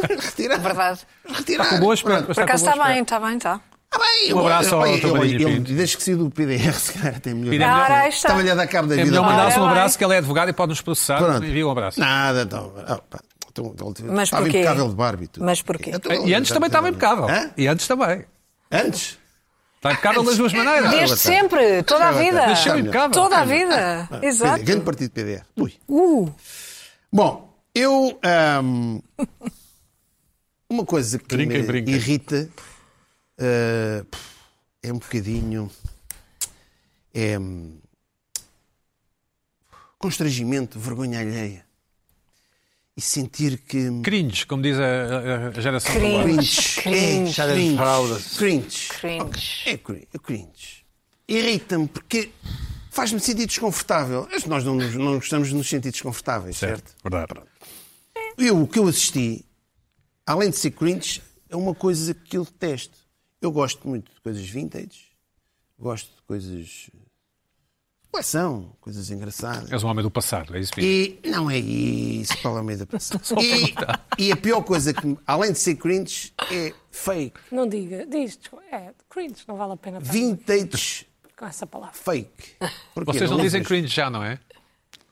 [SPEAKER 2] Retirar.
[SPEAKER 3] É Verdade.
[SPEAKER 2] Retirar.
[SPEAKER 1] Com boas pernas.
[SPEAKER 2] Pronto.
[SPEAKER 3] Por acaso está bem, está bem, tá. está.
[SPEAKER 2] Ah, bem,
[SPEAKER 1] Um abraço ao
[SPEAKER 2] eu-
[SPEAKER 1] Dr.
[SPEAKER 2] eu-
[SPEAKER 1] Marinho
[SPEAKER 2] eu-
[SPEAKER 1] Pinto.
[SPEAKER 2] Desde que saiu do PDR, se calhar até melhor.
[SPEAKER 1] Pinto é melhor.
[SPEAKER 3] Ora, Ah, aí está.
[SPEAKER 2] Estava-lhe a dar cabo da
[SPEAKER 1] É
[SPEAKER 2] vida.
[SPEAKER 1] melhor mandar-se um
[SPEAKER 3] Ora bem.
[SPEAKER 1] abraço, que ele é advogado e pode-nos processar.
[SPEAKER 2] Pronto.
[SPEAKER 1] Envia um abraço.
[SPEAKER 2] Nada, então. Ah, pá, então, ele
[SPEAKER 3] Mas
[SPEAKER 2] estava
[SPEAKER 3] porquê?
[SPEAKER 2] impecável de Barbie. e tudo.
[SPEAKER 3] Mas porquê?
[SPEAKER 2] Então, ele-
[SPEAKER 1] E antes também estava impecável.
[SPEAKER 2] Hã?
[SPEAKER 1] E antes também.
[SPEAKER 2] Antes?
[SPEAKER 1] Está impecável das duas maneiras.
[SPEAKER 3] Desde sempre, toda a vida.
[SPEAKER 1] Deixou impecável.
[SPEAKER 3] Toda a vida. Exato.
[SPEAKER 2] PDR, Ah, Grande partido PDR. Ui.
[SPEAKER 3] Uh,
[SPEAKER 2] Bom, eu. ahm, uma coisa que
[SPEAKER 1] Brinquem,
[SPEAKER 2] me
[SPEAKER 1] brinquem.
[SPEAKER 2] irrita ah, é um bocadinho. É. hum, Constrangimento, vergonha alheia. E sentir que. hum,
[SPEAKER 1] Cringe, como diz a, a- a geração
[SPEAKER 3] Cringe.
[SPEAKER 1] atual.
[SPEAKER 2] Cringe.
[SPEAKER 3] Cringe.
[SPEAKER 2] É
[SPEAKER 4] Já dei fraldas.
[SPEAKER 2] Cringe.
[SPEAKER 3] Cringe.
[SPEAKER 2] Ok, É cringe. é cringe. Irrita-me porque faz-me sentir desconfortável. Mas Nós não, nos- não gostamos de nos sentir desconfortáveis, certo?
[SPEAKER 1] Verdade.
[SPEAKER 2] Eu, o que eu assisti, além de ser cringe, é uma coisa que eu detesto. Eu gosto muito de coisas vintage, gosto de coisas. coleção, coisas engraçadas.
[SPEAKER 1] És um homem do passado, é isso mesmo.
[SPEAKER 2] E não é isso, Paulo Almeida Passado. E, e a pior coisa, que, me- além de ser cringe, é fake.
[SPEAKER 5] Não diga, diz, desculpa, é, cringe, não vale a pena estar
[SPEAKER 2] Vintage
[SPEAKER 5] com essa palavra.
[SPEAKER 2] fake. Porquê?
[SPEAKER 1] Vocês não dizem
[SPEAKER 2] lembras?
[SPEAKER 1] cringe já, não é?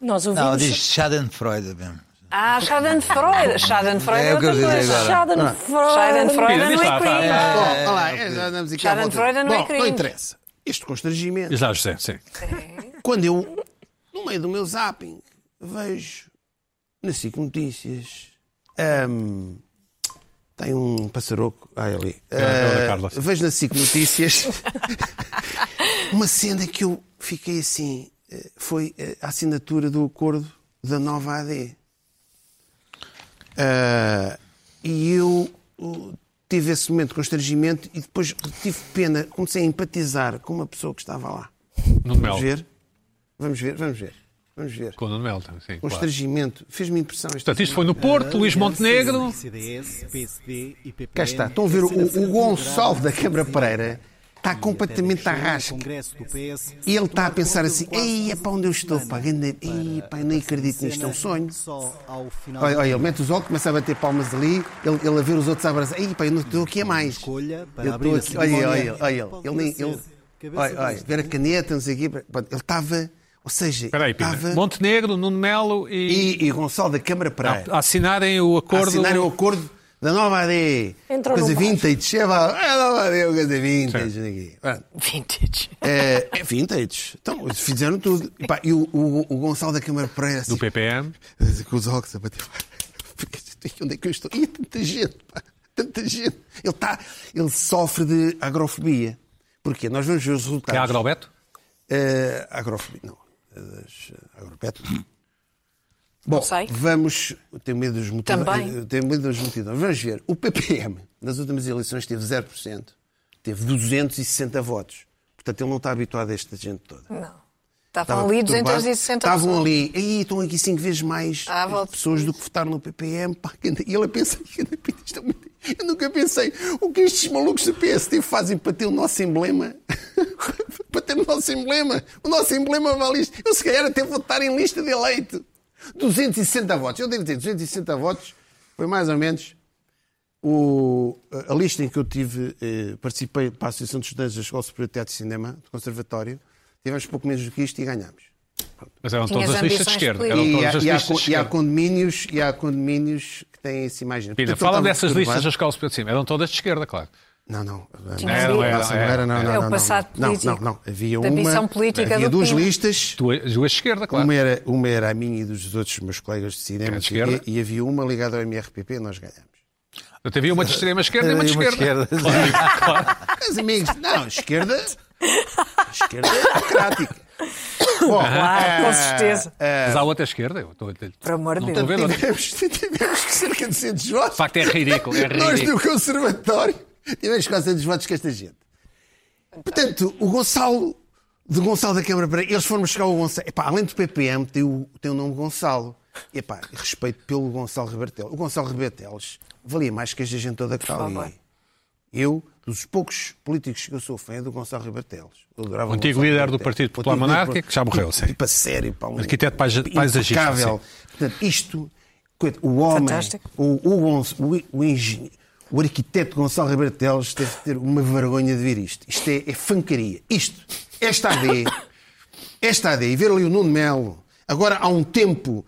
[SPEAKER 5] Nós ouvimos
[SPEAKER 4] Não, diz Schadenfreude mesmo.
[SPEAKER 3] ah, Schadenfreude. Schadenfreude
[SPEAKER 4] É
[SPEAKER 3] é
[SPEAKER 4] o que eu
[SPEAKER 3] outra
[SPEAKER 4] dizia
[SPEAKER 3] coisa.
[SPEAKER 4] agora.
[SPEAKER 5] Schadenfreude.
[SPEAKER 3] Schadenfreude
[SPEAKER 1] Ah. Diz
[SPEAKER 3] não
[SPEAKER 1] lá, tá,
[SPEAKER 2] Bom,
[SPEAKER 3] é crime.
[SPEAKER 2] olha lá, é, já andamos aqui à
[SPEAKER 3] Sharon
[SPEAKER 2] volta.
[SPEAKER 3] Freud não é
[SPEAKER 2] Bom, não
[SPEAKER 3] cringe.
[SPEAKER 2] interessa. Este constrangimento.
[SPEAKER 1] Diz lá, José, sim.
[SPEAKER 2] Quando eu, no meio do meu zapping, vejo na SIC Notícias. ahm, tem um passaroco. Ah, é ali.
[SPEAKER 1] é o da
[SPEAKER 2] Ah,
[SPEAKER 1] Carla.
[SPEAKER 2] vejo na SIC Notícias uma cena que eu fiquei assim. eh, Foi eh, a assinatura do acordo da nova AD. Ah, e eu uh, tive esse momento de constrangimento e depois tive pena, comecei a empatizar com uma pessoa que estava lá.
[SPEAKER 1] Nuno
[SPEAKER 2] Vamos
[SPEAKER 1] Melo.
[SPEAKER 2] ver. Vamos ver, vamos ver. Vamos ver.
[SPEAKER 1] Com o Nuno Melo, sim. Claro.
[SPEAKER 2] Constrangimento. Fez-me impressão. Esta
[SPEAKER 1] Portanto, isto foi no Porto,
[SPEAKER 2] Ah,
[SPEAKER 1] Luís Montenegro.
[SPEAKER 6] CDS, PSD e PPM.
[SPEAKER 2] Cá está. Estão a ver o, o Gonçalo da Câmara Pereira. Está completamente à rasca.
[SPEAKER 6] Congresso do PS.
[SPEAKER 2] E ele está a pensar assim: ei, é para onde eu estou? Pá, grande... Ei, pá, eu nem acredito nisto, é um sonho.
[SPEAKER 6] Só ao final
[SPEAKER 2] Olha, olha, ele mete os óculos, começa a bater palmas ali, ele, ele a ver os outros a abraçar. Ei, pá, eu não estou aqui a mais.
[SPEAKER 6] Escolha para
[SPEAKER 2] eu
[SPEAKER 6] abrir
[SPEAKER 2] estou
[SPEAKER 6] a
[SPEAKER 2] aqui. Olha,
[SPEAKER 6] cerimónia.
[SPEAKER 2] olha, olha, ele. Ele nem. Ele,
[SPEAKER 6] Cabeça
[SPEAKER 2] olha, olha,
[SPEAKER 6] disto.
[SPEAKER 2] ver a caneta, não sei o quê. Pronto, Ele estava. Ou seja,
[SPEAKER 1] Espera aí, Pina.
[SPEAKER 2] estava.
[SPEAKER 1] Montenegro, Nuno Melo e...
[SPEAKER 2] E, e Gonçalo da Câmara Pereira.
[SPEAKER 1] a- Assinarem o acordo.
[SPEAKER 2] Assinaram o acordo da nova AD.
[SPEAKER 5] Entrou
[SPEAKER 2] coisa
[SPEAKER 5] no
[SPEAKER 2] vintage. Cheva, é a nova AD, uma coisa vintage. aqui. Pronto.
[SPEAKER 3] Vintage.
[SPEAKER 2] É, é vintage. Então, fizeram tudo. E, pá, e o, o, o Gonçalo da Câmara Pereira, assim,
[SPEAKER 1] Do PPM.
[SPEAKER 2] com os óculos a bater. Onde é que eu estou? E tanta gente, pá. Tanta gente. Ele, tá, ele sofre de agrofobia. Porquê? Nós vamos ver
[SPEAKER 1] É
[SPEAKER 2] os resultados.
[SPEAKER 1] a Agrobeto.
[SPEAKER 2] Eh, agrofobia, não. Eh, Das, eh, agropet. Bom,
[SPEAKER 3] sei.
[SPEAKER 2] vamos. eu Tenho medo dos multidões.
[SPEAKER 3] Também.
[SPEAKER 2] eu Tenho medo dos multidões. Vamos ver. O PPM, nas últimas eleições, teve 0%. Teve 260 votos. Portanto, ele não está habituado a esta gente toda.
[SPEAKER 3] Não. Estavam ali 260
[SPEAKER 2] Estavam
[SPEAKER 3] pessoas.
[SPEAKER 2] ali. Aí estão aqui cinco vezes mais
[SPEAKER 3] Ah,
[SPEAKER 2] eh,
[SPEAKER 3] volta.
[SPEAKER 2] pessoas do que votaram no PPM. Pá, que anda- e ele a pensar que anda- isto é muito- Eu nunca pensei o que estes malucos do PSD fazem para ter o nosso emblema. para ter o nosso emblema. O nosso emblema vale isto. Eu se calhar até votar em lista de eleito. 260 votos. Eu devo dizer, 260 votos foi mais ou menos o- a- a lista em que eu tive, eh, participei para a Associação de Estudantes da Escola Superior de Teatro e Cinema, do Conservatório, tivemos pouco menos do que isto e ganhámos.
[SPEAKER 1] Mas eram
[SPEAKER 3] Tinhas
[SPEAKER 1] todas as listas
[SPEAKER 3] ambições
[SPEAKER 1] de esquerda.
[SPEAKER 3] políticas.
[SPEAKER 1] Eram
[SPEAKER 2] E
[SPEAKER 1] todas
[SPEAKER 2] há,
[SPEAKER 1] as
[SPEAKER 2] e há
[SPEAKER 1] listas
[SPEAKER 2] con-
[SPEAKER 1] de
[SPEAKER 2] e há
[SPEAKER 1] esquerda.
[SPEAKER 2] condomínios, e há condomínios que têm essa imagem.
[SPEAKER 1] Pina,
[SPEAKER 2] Portanto,
[SPEAKER 1] fala
[SPEAKER 2] está
[SPEAKER 1] dessas
[SPEAKER 2] tudo
[SPEAKER 1] listas
[SPEAKER 2] bem.
[SPEAKER 1] das escola superior de cima. Eram todas de esquerda, claro.
[SPEAKER 2] Não, não.
[SPEAKER 3] Não era, não
[SPEAKER 1] era,
[SPEAKER 2] Não,
[SPEAKER 1] era,
[SPEAKER 2] não, não,
[SPEAKER 1] era.
[SPEAKER 2] não,
[SPEAKER 3] É o
[SPEAKER 2] não,
[SPEAKER 3] passado
[SPEAKER 2] não,
[SPEAKER 3] político.
[SPEAKER 2] Não, não, Havia
[SPEAKER 3] Da ambição
[SPEAKER 2] uma,
[SPEAKER 3] política
[SPEAKER 2] havia
[SPEAKER 3] do
[SPEAKER 2] duas
[SPEAKER 3] Pina.
[SPEAKER 2] listas.
[SPEAKER 1] Duas duas de esquerda, claro.
[SPEAKER 2] Uma era, uma era a minha e dos outros meus colegas de cinema
[SPEAKER 1] Era de
[SPEAKER 2] e-
[SPEAKER 1] esquerda.
[SPEAKER 2] e, havia uma ligada ao MRPP e nós ganhámos.
[SPEAKER 1] Portanto, havia uma de extrema esquerda e uma de
[SPEAKER 4] Uma
[SPEAKER 1] esquerda.
[SPEAKER 4] esquerda.
[SPEAKER 2] Mas amigos, não, esquerda. esquerda é democrática. Bom,
[SPEAKER 3] Claro, Ah, com
[SPEAKER 2] eh,
[SPEAKER 3] certeza.
[SPEAKER 1] Mas há outra esquerda. Eu estou a ter-
[SPEAKER 3] Por amor de
[SPEAKER 1] Não estou a
[SPEAKER 3] Deus.
[SPEAKER 1] ver outra.
[SPEAKER 2] Tivemos, tivemos cerca de 200
[SPEAKER 1] De
[SPEAKER 2] votos.
[SPEAKER 1] facto, é ridículo. É
[SPEAKER 2] Nós
[SPEAKER 1] ridículo.
[SPEAKER 2] do Conservatório tivemos quase tantos votos que esta gente. Portanto, o Gonçalo, de Gonçalo da Câmara Pereira, eles foram buscar o Gonçalo. Epá, além do PPM, tem o, tem o nome Gonçalo. Epá, respeito pelo Gonçalo Rebertel. O Gonçalo Reberteles valia mais que esta gente toda que está ali. Eu dos poucos políticos que eu sou fã é do Gonçalo Ribatelos. Eu adorava
[SPEAKER 1] O antigo
[SPEAKER 2] Gonçalo
[SPEAKER 1] líder do
[SPEAKER 2] Ribatelos.
[SPEAKER 1] Partido
[SPEAKER 2] O
[SPEAKER 1] Popular
[SPEAKER 2] antigo líder-
[SPEAKER 1] Monárquico, que já morreu, sim.
[SPEAKER 2] Tipo a sério, pá, um
[SPEAKER 1] Arquiteto paisa- paisagista,
[SPEAKER 2] impecável. Portanto, isto, coitado, o homem,
[SPEAKER 3] Fantástico.
[SPEAKER 2] o, o, Gonç- o, o engenheiro, o arquiteto Gonçalo Ribatelos deve ter uma vergonha de ver isto. Isto é, é fancaria. Isto, esta AD, esta AD, e ver ali o Nuno Melo, agora há um tempo,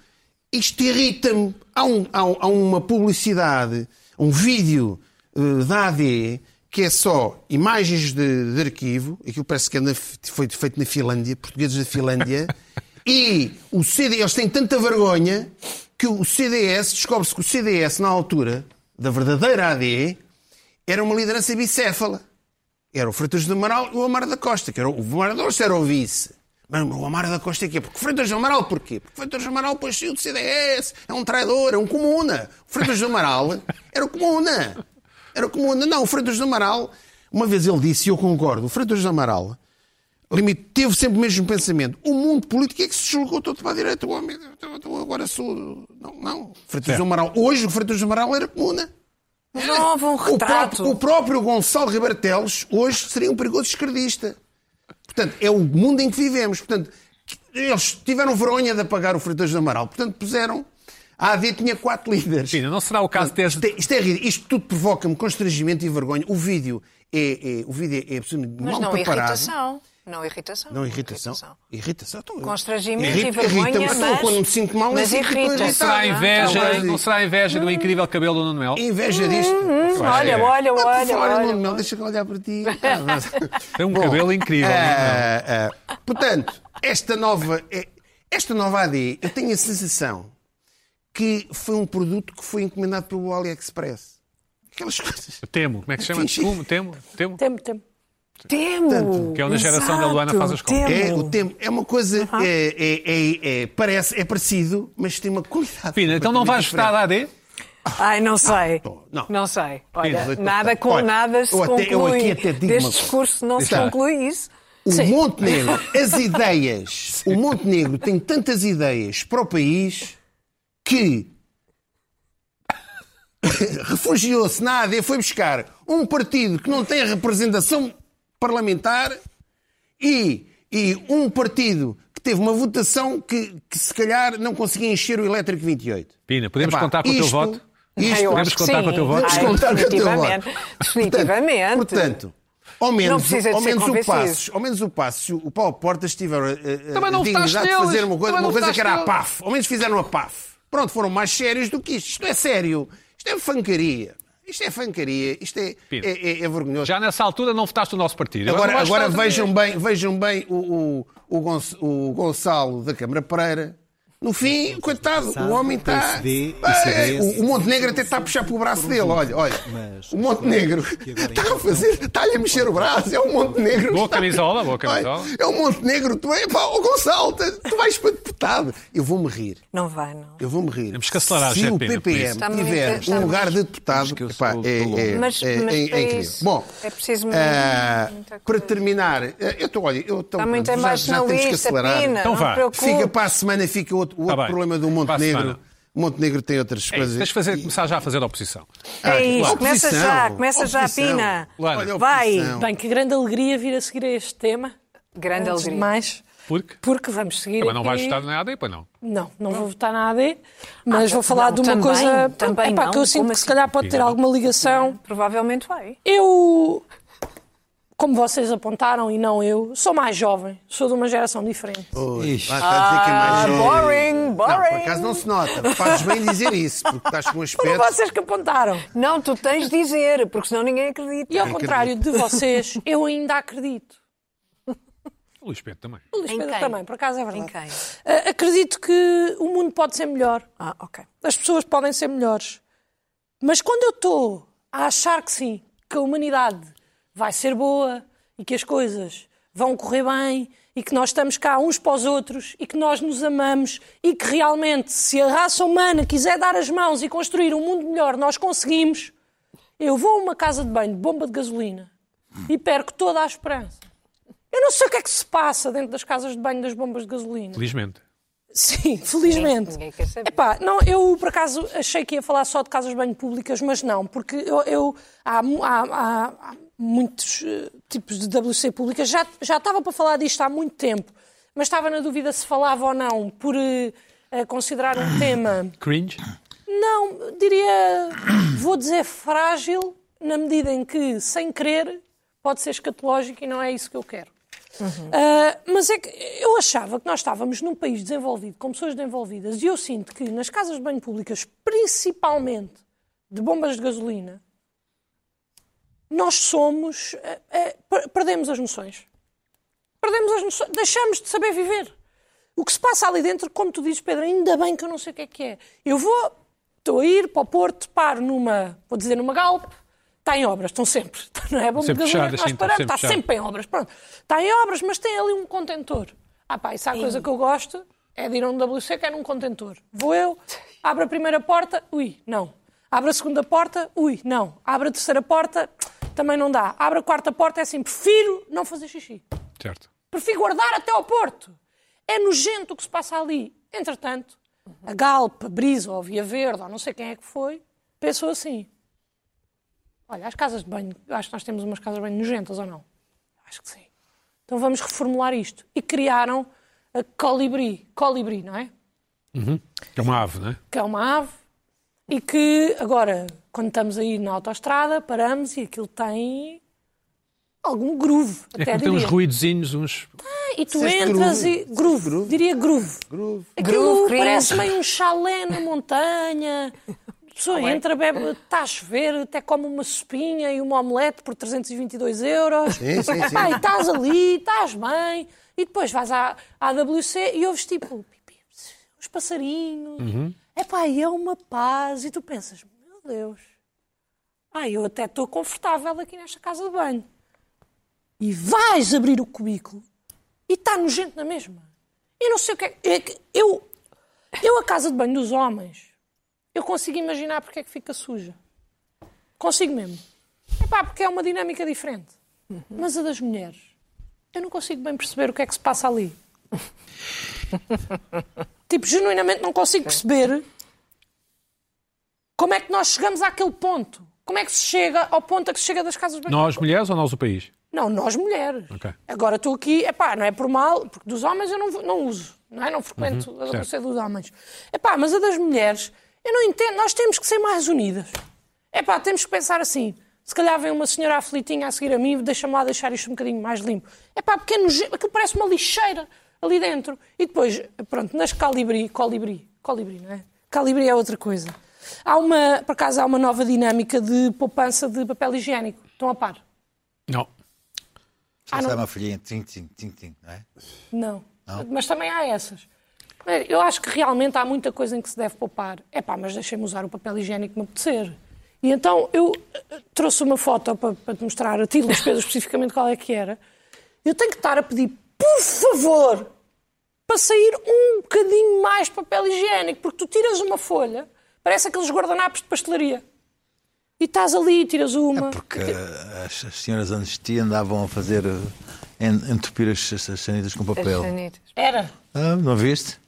[SPEAKER 2] isto irrita-me. Há, um- há um- há uma publicidade, um vídeo eh, da AD que é só imagens de, de arquivo, aquilo parece que é na- foi feito na Finlândia, portugueses da Finlândia, e o CDS, eles têm tanta vergonha que o CDS, descobre-se que o CDS, na altura da verdadeira AD, era uma liderança bicéfala era o Freitas do Amaral e o Amar da Costa, que era o, o Amar da Costa era o vice. Mas o Amar da Costa é que é? Porque Freitas do Amaral porquê? Porque Freitas do Amaral depois saiu do CDS, é um traidor, é um comuna. O Freitas do Amaral era o comuna. Era o comuna. Não, o Freitas do Amaral, uma vez ele disse, e eu concordo, o Freitas do Amaral limite, teve sempre o mesmo pensamento. O mundo político é que se deslocou todo para a direita. O homem, eu- eu agora sou... Não, não. Freitas do Amaral, hoje o Freitas do Amaral era comuna.
[SPEAKER 3] Mas não houve um
[SPEAKER 2] O
[SPEAKER 3] retrato.
[SPEAKER 2] próprio, o próprio Gonçalo Ribartelos hoje seria um perigoso esquerdista. Portanto, é o mundo em que vivemos. Portanto, eles tiveram vergonha de apagar o Freitas do Amaral. Portanto, puseram. A AD tinha quatro líderes.
[SPEAKER 1] Pina, não será o caso
[SPEAKER 2] Isto
[SPEAKER 1] deste.
[SPEAKER 2] é, isto é ridículo. Isto tudo provoca-me constrangimento e vergonha. O vídeo é, é- o vídeo é absolutamente
[SPEAKER 3] Mas
[SPEAKER 2] mal
[SPEAKER 3] não
[SPEAKER 2] preparado.
[SPEAKER 3] irritação. Não irritação.
[SPEAKER 2] Não irritação. Irritação. então, eu-
[SPEAKER 3] Constrangimento e
[SPEAKER 2] Irrita-
[SPEAKER 3] vergonha,
[SPEAKER 2] irrita-me. Então,
[SPEAKER 3] mas-
[SPEAKER 2] Quando me sinto mal,
[SPEAKER 3] mas
[SPEAKER 2] é assim que estou
[SPEAKER 3] irrita-se.
[SPEAKER 1] Não será a
[SPEAKER 2] irritado.
[SPEAKER 1] inveja,
[SPEAKER 2] Talvez-
[SPEAKER 1] não será a inveja do incrível cabelo do Nuno Melo?
[SPEAKER 2] Inveja disto.
[SPEAKER 1] que é.
[SPEAKER 3] Olha, olha,
[SPEAKER 2] Ah, por
[SPEAKER 3] Uhum, olha,
[SPEAKER 2] falar em
[SPEAKER 3] olha.
[SPEAKER 2] Nuno Melo, deixa que eu olhar para ti. Ah, mas-
[SPEAKER 1] Tem um
[SPEAKER 2] Bom,
[SPEAKER 1] cabelo incrível. Nuno Melo.
[SPEAKER 2] Ah, ah. É, portanto, esta nova, eh, esta nova AD, eu tenho a sensação que foi um produto que foi encomendado pelo AliExpress. Aquelas coisas.
[SPEAKER 1] Temo, como é que se chama?
[SPEAKER 2] Fingi.
[SPEAKER 1] Temo, temo, temo.
[SPEAKER 5] Temo, temo.
[SPEAKER 3] Temo!
[SPEAKER 1] Que é onde a geração da Luana faz as compras.
[SPEAKER 2] É, o tempo, é uma coisa, é, é- é- é- parece, é parecido, mas tem uma qualidade.
[SPEAKER 1] Pina, então não vais votar a AD?
[SPEAKER 3] Ai, não sei.
[SPEAKER 2] pô, não.
[SPEAKER 3] Não sei. Olha,
[SPEAKER 1] Sim,
[SPEAKER 3] nada, com,
[SPEAKER 2] Olha,
[SPEAKER 3] nada se
[SPEAKER 2] eu até- eu
[SPEAKER 3] conclui.
[SPEAKER 2] aqui até digo uma
[SPEAKER 3] Deste
[SPEAKER 2] coisa.
[SPEAKER 3] discurso não se
[SPEAKER 1] Deixa.
[SPEAKER 3] conclui isso.
[SPEAKER 2] O
[SPEAKER 5] Sim.
[SPEAKER 2] Montenegro, as ideias. O Montenegro tem tantas ideias para o país que refugiou-se na AD, foi buscar um partido que não tem representação parlamentar e, e um partido que teve uma votação que, que se calhar não conseguia encher o elétrico 28.
[SPEAKER 1] Pina, podemos
[SPEAKER 2] Epá,
[SPEAKER 1] contar com o teu
[SPEAKER 2] isto-
[SPEAKER 1] voto?
[SPEAKER 2] Isto,
[SPEAKER 3] Eu
[SPEAKER 1] Podemos
[SPEAKER 3] acho que
[SPEAKER 1] contar
[SPEAKER 3] sim.
[SPEAKER 1] com o teu vovo?
[SPEAKER 2] Vamos
[SPEAKER 3] Ai,
[SPEAKER 2] contar com o teu voto.
[SPEAKER 3] Definitivamente. Definitivamente.
[SPEAKER 2] Portanto, ao menos,
[SPEAKER 3] precisa de
[SPEAKER 2] ao
[SPEAKER 3] ser
[SPEAKER 2] menos o
[SPEAKER 3] convencido.
[SPEAKER 2] Passos, ao menos o Passos, o Paulo Portas tiveram a, a-
[SPEAKER 1] Também
[SPEAKER 2] a
[SPEAKER 1] não votaste
[SPEAKER 2] dignidade de fazer
[SPEAKER 1] neles.
[SPEAKER 2] uma coisa,
[SPEAKER 1] Também
[SPEAKER 2] uma
[SPEAKER 1] não
[SPEAKER 2] coisa que era a
[SPEAKER 1] votaste neles.
[SPEAKER 2] PAF. Ao menos fizeram a PAF. Pronto, foram mais sérios do que isto. Isto não é sério. Isto é fancaria. Isto é fancaria. Isto é,
[SPEAKER 1] Pina,
[SPEAKER 2] é, é- é vergonhoso.
[SPEAKER 1] Já nessa altura não votaste o nosso partido.
[SPEAKER 2] Agora,
[SPEAKER 1] não vais
[SPEAKER 2] agora
[SPEAKER 1] votar outra
[SPEAKER 2] vejam
[SPEAKER 1] vez.
[SPEAKER 2] bem, vejam bem o, o, o, Gonç- o Gonçalo da Câmara Pereira. No fim, coitado, o homem está.
[SPEAKER 6] PSD,
[SPEAKER 2] Ah,
[SPEAKER 6] CDS.
[SPEAKER 2] O, o Montenegro até está a puxar pelo braço dele. Olha, olha.
[SPEAKER 6] Mas-
[SPEAKER 2] O Montenegro está a fazer. Está-lhe a mexer o braço. É o Montenegro.
[SPEAKER 1] Boa
[SPEAKER 2] Está-
[SPEAKER 1] camisola, boa camisola.
[SPEAKER 2] Olha, É o Montenegro. Tu, é, pá, o Gonçalo, tu tu vais para deputado. Eu vou-me rir.
[SPEAKER 3] Não vai, não.
[SPEAKER 2] Eu vou-me rir.
[SPEAKER 1] Temos que acelerar,
[SPEAKER 2] Se
[SPEAKER 1] Zé
[SPEAKER 2] o
[SPEAKER 1] Pena, por
[SPEAKER 2] PPM
[SPEAKER 1] isso.
[SPEAKER 3] Está muito-
[SPEAKER 2] tiver
[SPEAKER 3] está
[SPEAKER 2] um
[SPEAKER 3] muito-
[SPEAKER 2] lugar de deputado,
[SPEAKER 4] que eu sou
[SPEAKER 2] epá,
[SPEAKER 4] do- do
[SPEAKER 2] é,
[SPEAKER 4] longo.
[SPEAKER 2] é,
[SPEAKER 3] Mas-
[SPEAKER 2] é-
[SPEAKER 3] mas
[SPEAKER 2] é- é
[SPEAKER 3] para
[SPEAKER 2] incrível.
[SPEAKER 3] isso
[SPEAKER 2] Bom,
[SPEAKER 3] é preciso
[SPEAKER 2] ah,
[SPEAKER 3] muita coisa.
[SPEAKER 2] para terminar, eh, eu estou, olha, eu estou
[SPEAKER 3] Está muito
[SPEAKER 2] já-
[SPEAKER 3] em baixo
[SPEAKER 2] já
[SPEAKER 3] na
[SPEAKER 2] temos que
[SPEAKER 3] lista,
[SPEAKER 2] acelerar.
[SPEAKER 3] Pina.
[SPEAKER 1] Então
[SPEAKER 3] não
[SPEAKER 1] vá.
[SPEAKER 3] te preocupes.
[SPEAKER 2] Fica para a semana, fica outro, o outro
[SPEAKER 1] Tá bem.
[SPEAKER 2] problema do
[SPEAKER 1] Para a
[SPEAKER 2] Montenegro.
[SPEAKER 1] semana.
[SPEAKER 2] Montenegro tem outras
[SPEAKER 1] É isso,
[SPEAKER 2] coisas.
[SPEAKER 1] Tens de fazer,
[SPEAKER 2] E-
[SPEAKER 1] começar já a fazer oposição.
[SPEAKER 2] Ah,
[SPEAKER 3] É isso,
[SPEAKER 2] claro.
[SPEAKER 3] começa
[SPEAKER 2] Oposição,
[SPEAKER 3] já, começa já,
[SPEAKER 2] oposição.
[SPEAKER 3] Pina.
[SPEAKER 1] Luana.
[SPEAKER 2] Olha,
[SPEAKER 3] Vai.
[SPEAKER 2] oposição.
[SPEAKER 5] Bem, que grande alegria vir a seguir a este tema.
[SPEAKER 3] Grande
[SPEAKER 5] Antes de
[SPEAKER 3] alegria.
[SPEAKER 5] mais,
[SPEAKER 1] Porque?
[SPEAKER 5] porque vamos seguir.
[SPEAKER 1] Mas não vais
[SPEAKER 5] aqui-
[SPEAKER 1] votar na AD, pois não.
[SPEAKER 5] Não, não vou votar na AD, mas vou
[SPEAKER 3] Ah,
[SPEAKER 5] falar
[SPEAKER 3] não,
[SPEAKER 5] de uma
[SPEAKER 3] também,
[SPEAKER 5] coisa
[SPEAKER 3] também
[SPEAKER 5] epá,
[SPEAKER 3] não,
[SPEAKER 5] que eu sinto
[SPEAKER 3] como
[SPEAKER 5] que se
[SPEAKER 3] assim?
[SPEAKER 5] calhar pode ter alguma ligação.
[SPEAKER 3] Provavelmente
[SPEAKER 2] É
[SPEAKER 3] vai.
[SPEAKER 5] Eu, como vocês apontaram e não eu, sou mais jovem, sou de uma geração diferente.
[SPEAKER 2] Ui,
[SPEAKER 4] Ixi.
[SPEAKER 2] lá está a dizer que é mais
[SPEAKER 3] Ah,
[SPEAKER 2] jovem.
[SPEAKER 3] boring,
[SPEAKER 2] Não, por
[SPEAKER 3] boring.
[SPEAKER 2] acaso não se nota. Fazes bem dizer isso, porque estás com um
[SPEAKER 5] Foram
[SPEAKER 2] aspecto.
[SPEAKER 5] vocês que apontaram.
[SPEAKER 3] Não, tu tens de dizer, porque senão ninguém acredita.
[SPEAKER 5] E ao contrário de vocês, eu ainda acredito.
[SPEAKER 1] O Luís Pedro também.
[SPEAKER 5] O Luís
[SPEAKER 3] Em
[SPEAKER 5] Pedro
[SPEAKER 3] quem?
[SPEAKER 5] também, por acaso é
[SPEAKER 3] Em
[SPEAKER 5] verdade.
[SPEAKER 3] quem?
[SPEAKER 5] Ah, Acredito que o mundo pode ser melhor.
[SPEAKER 3] Ah, ok.
[SPEAKER 5] as pessoas podem ser melhores. Mas quando eu estou a achar que sim, que a humanidade vai ser boa e que as coisas vão correr bem e que nós estamos cá uns para os outros e que nós nos amamos e que realmente, se a raça humana quiser dar as mãos e construir um mundo melhor, nós conseguimos. Eu vou a uma casa de banho de bomba de gasolina e perco toda a esperança. Eu não sei o que é que se passa dentro das casas de banho das bombas de gasolina.
[SPEAKER 1] Felizmente.
[SPEAKER 5] Sim, felizmente.
[SPEAKER 3] Ninguém quer saber.
[SPEAKER 5] Epá, não, eu por acaso achei que ia falar só de casas de banho públicas, mas não, porque eu, eu- há, mu- há- há- há- muitos eh, tipos de WC pública. Já, já estava para falar disto há muito tempo, mas estava na dúvida se falava ou não, por eh, eh, considerar um tema.
[SPEAKER 1] Cringe?
[SPEAKER 5] Não, diria, vou dizer frágil, na medida em que, sem querer, pode ser escatológico e não é isso que eu quero. Ah, mas é que eu achava que nós estávamos num país desenvolvido, com pessoas desenvolvidas, e eu sinto que nas casas de banho públicas, principalmente de bombas de gasolina, nós somos. ah, ah, per- perdemos as noções. Perdemos as noções. Deixamos de saber viver. O que se passa ali dentro, como tu dizes, Pedro, ainda bem que eu não sei o que é que é. Eu vou, estou a ir para o Porto, paro numa, vou dizer numa Galp, está em obras, estão sempre. Não é bom
[SPEAKER 1] Sempre fechadas,
[SPEAKER 5] nós
[SPEAKER 1] sim, estão
[SPEAKER 5] paramos,
[SPEAKER 1] sempre
[SPEAKER 5] está
[SPEAKER 1] fechadas.
[SPEAKER 5] sempre em obras. Pronto, está em obras, mas tem ali um contentor. Ah pá, isso há coisa que eu gosto, é de ir a um WC que é num contentor. Vou eu, abro a primeira porta, ui, não. Abro a segunda porta, ui, não. Abro a terceira porta, também não dá. Abro a quarta porta, é assim, prefiro não fazer xixi
[SPEAKER 1] Certo.
[SPEAKER 5] prefiro guardar até ao Porto. É nojento o que se passa ali. Entretanto, a Galp, a Brisa ou a Via Verde, ou não sei quem é que foi, pensou assim: olha, as casas de banho, eu acho que nós temos umas casas de banho nojentas ou não? Acho que sim. Então vamos reformular isto. E criaram a Colibri, Colibri, não é?
[SPEAKER 1] É uma ave, não é?
[SPEAKER 5] que é uma ave e que agora, quando estamos aí na autoestrada, paramos e aquilo tem algum groove.
[SPEAKER 1] É
[SPEAKER 5] até
[SPEAKER 1] que tem uns
[SPEAKER 5] diria.
[SPEAKER 1] ruidozinhos, uns.
[SPEAKER 5] E tu
[SPEAKER 2] Disseste
[SPEAKER 5] entras
[SPEAKER 2] groove.
[SPEAKER 5] e. Groove, diria groove. Aquilo
[SPEAKER 3] Groove, cringe.
[SPEAKER 5] parece meio um chalé na montanha. A
[SPEAKER 2] Tá
[SPEAKER 5] pessoa entra, bebe, está a chover, até come uma sopinha e uma omelete por 322 euros.
[SPEAKER 2] Sim, sim, sim.
[SPEAKER 5] Pá, e estás ali, estás bem. E depois vais à, à AWC e ouves tipo pipi, os passarinhos.
[SPEAKER 2] Uhum.
[SPEAKER 5] É pá, e é uma paz. E tu pensas, meu Deus, ah, eu até estou confortável aqui nesta casa de banho. E vais abrir o cubículo e está nojento na mesma. Eu não sei o que é. que- é que eu, eu, a casa de banho dos homens, eu consigo imaginar porque é que fica suja. Consigo mesmo. Epá, porque é uma dinâmica diferente. Mas a das mulheres, eu não consigo bem perceber o que é que se passa ali. tipo, genuinamente não consigo perceber como é que nós chegamos àquele ponto. Como é que se chega ao ponto a que se chega das casas de banho?
[SPEAKER 1] Nós, mulheres ou nós, o país?
[SPEAKER 5] Não, nós mulheres.
[SPEAKER 1] Ok.
[SPEAKER 5] Agora estou aqui, epá, não é por mal, porque dos homens eu não, vou- não uso, não é? Não frequento a
[SPEAKER 1] Uhum. certo.
[SPEAKER 5] adolescência dos homens. Epá, mas a das mulheres, eu não entendo, nós temos que ser mais unidas. Epá, temos que pensar assim, se calhar vem uma senhora aflitinha a seguir a mim, deixa-me lá deixar isto um bocadinho mais limpo. Epá, porque é noje- aquilo parece uma lixeira ali dentro. E depois, pronto, nas Calibri, Colibri, Colibri, não é? Calibri é outra coisa. Há uma, por acaso, há uma nova dinâmica de poupança de papel higiênico. Estão a par?
[SPEAKER 1] Não.
[SPEAKER 4] Já
[SPEAKER 5] Ah, não.
[SPEAKER 4] sai é uma folhinha, tim, tim, tim, tim, não é?
[SPEAKER 5] Não. Mas também há essas. Eu acho que realmente há muita coisa em que se deve poupar. É pá, mas deixem-me usar o papel higiênico que me apetecer. E então eu eh, trouxe uma foto para, para te mostrar a ti, Luís Pedro, especificamente qual é que era. Eu tenho que estar a pedir, por favor, para sair um bocadinho mais de papel higiênico, porque tu tiras uma folha, parece aqueles guardanapos de pastelaria. E estás ali, tiras uma.
[SPEAKER 4] É Porque eh, as, as senhoras anistia andavam a fazer eh, en- entupir as, as, as sanitas com
[SPEAKER 3] é
[SPEAKER 4] papel.
[SPEAKER 5] Era.
[SPEAKER 4] Ah, não viste?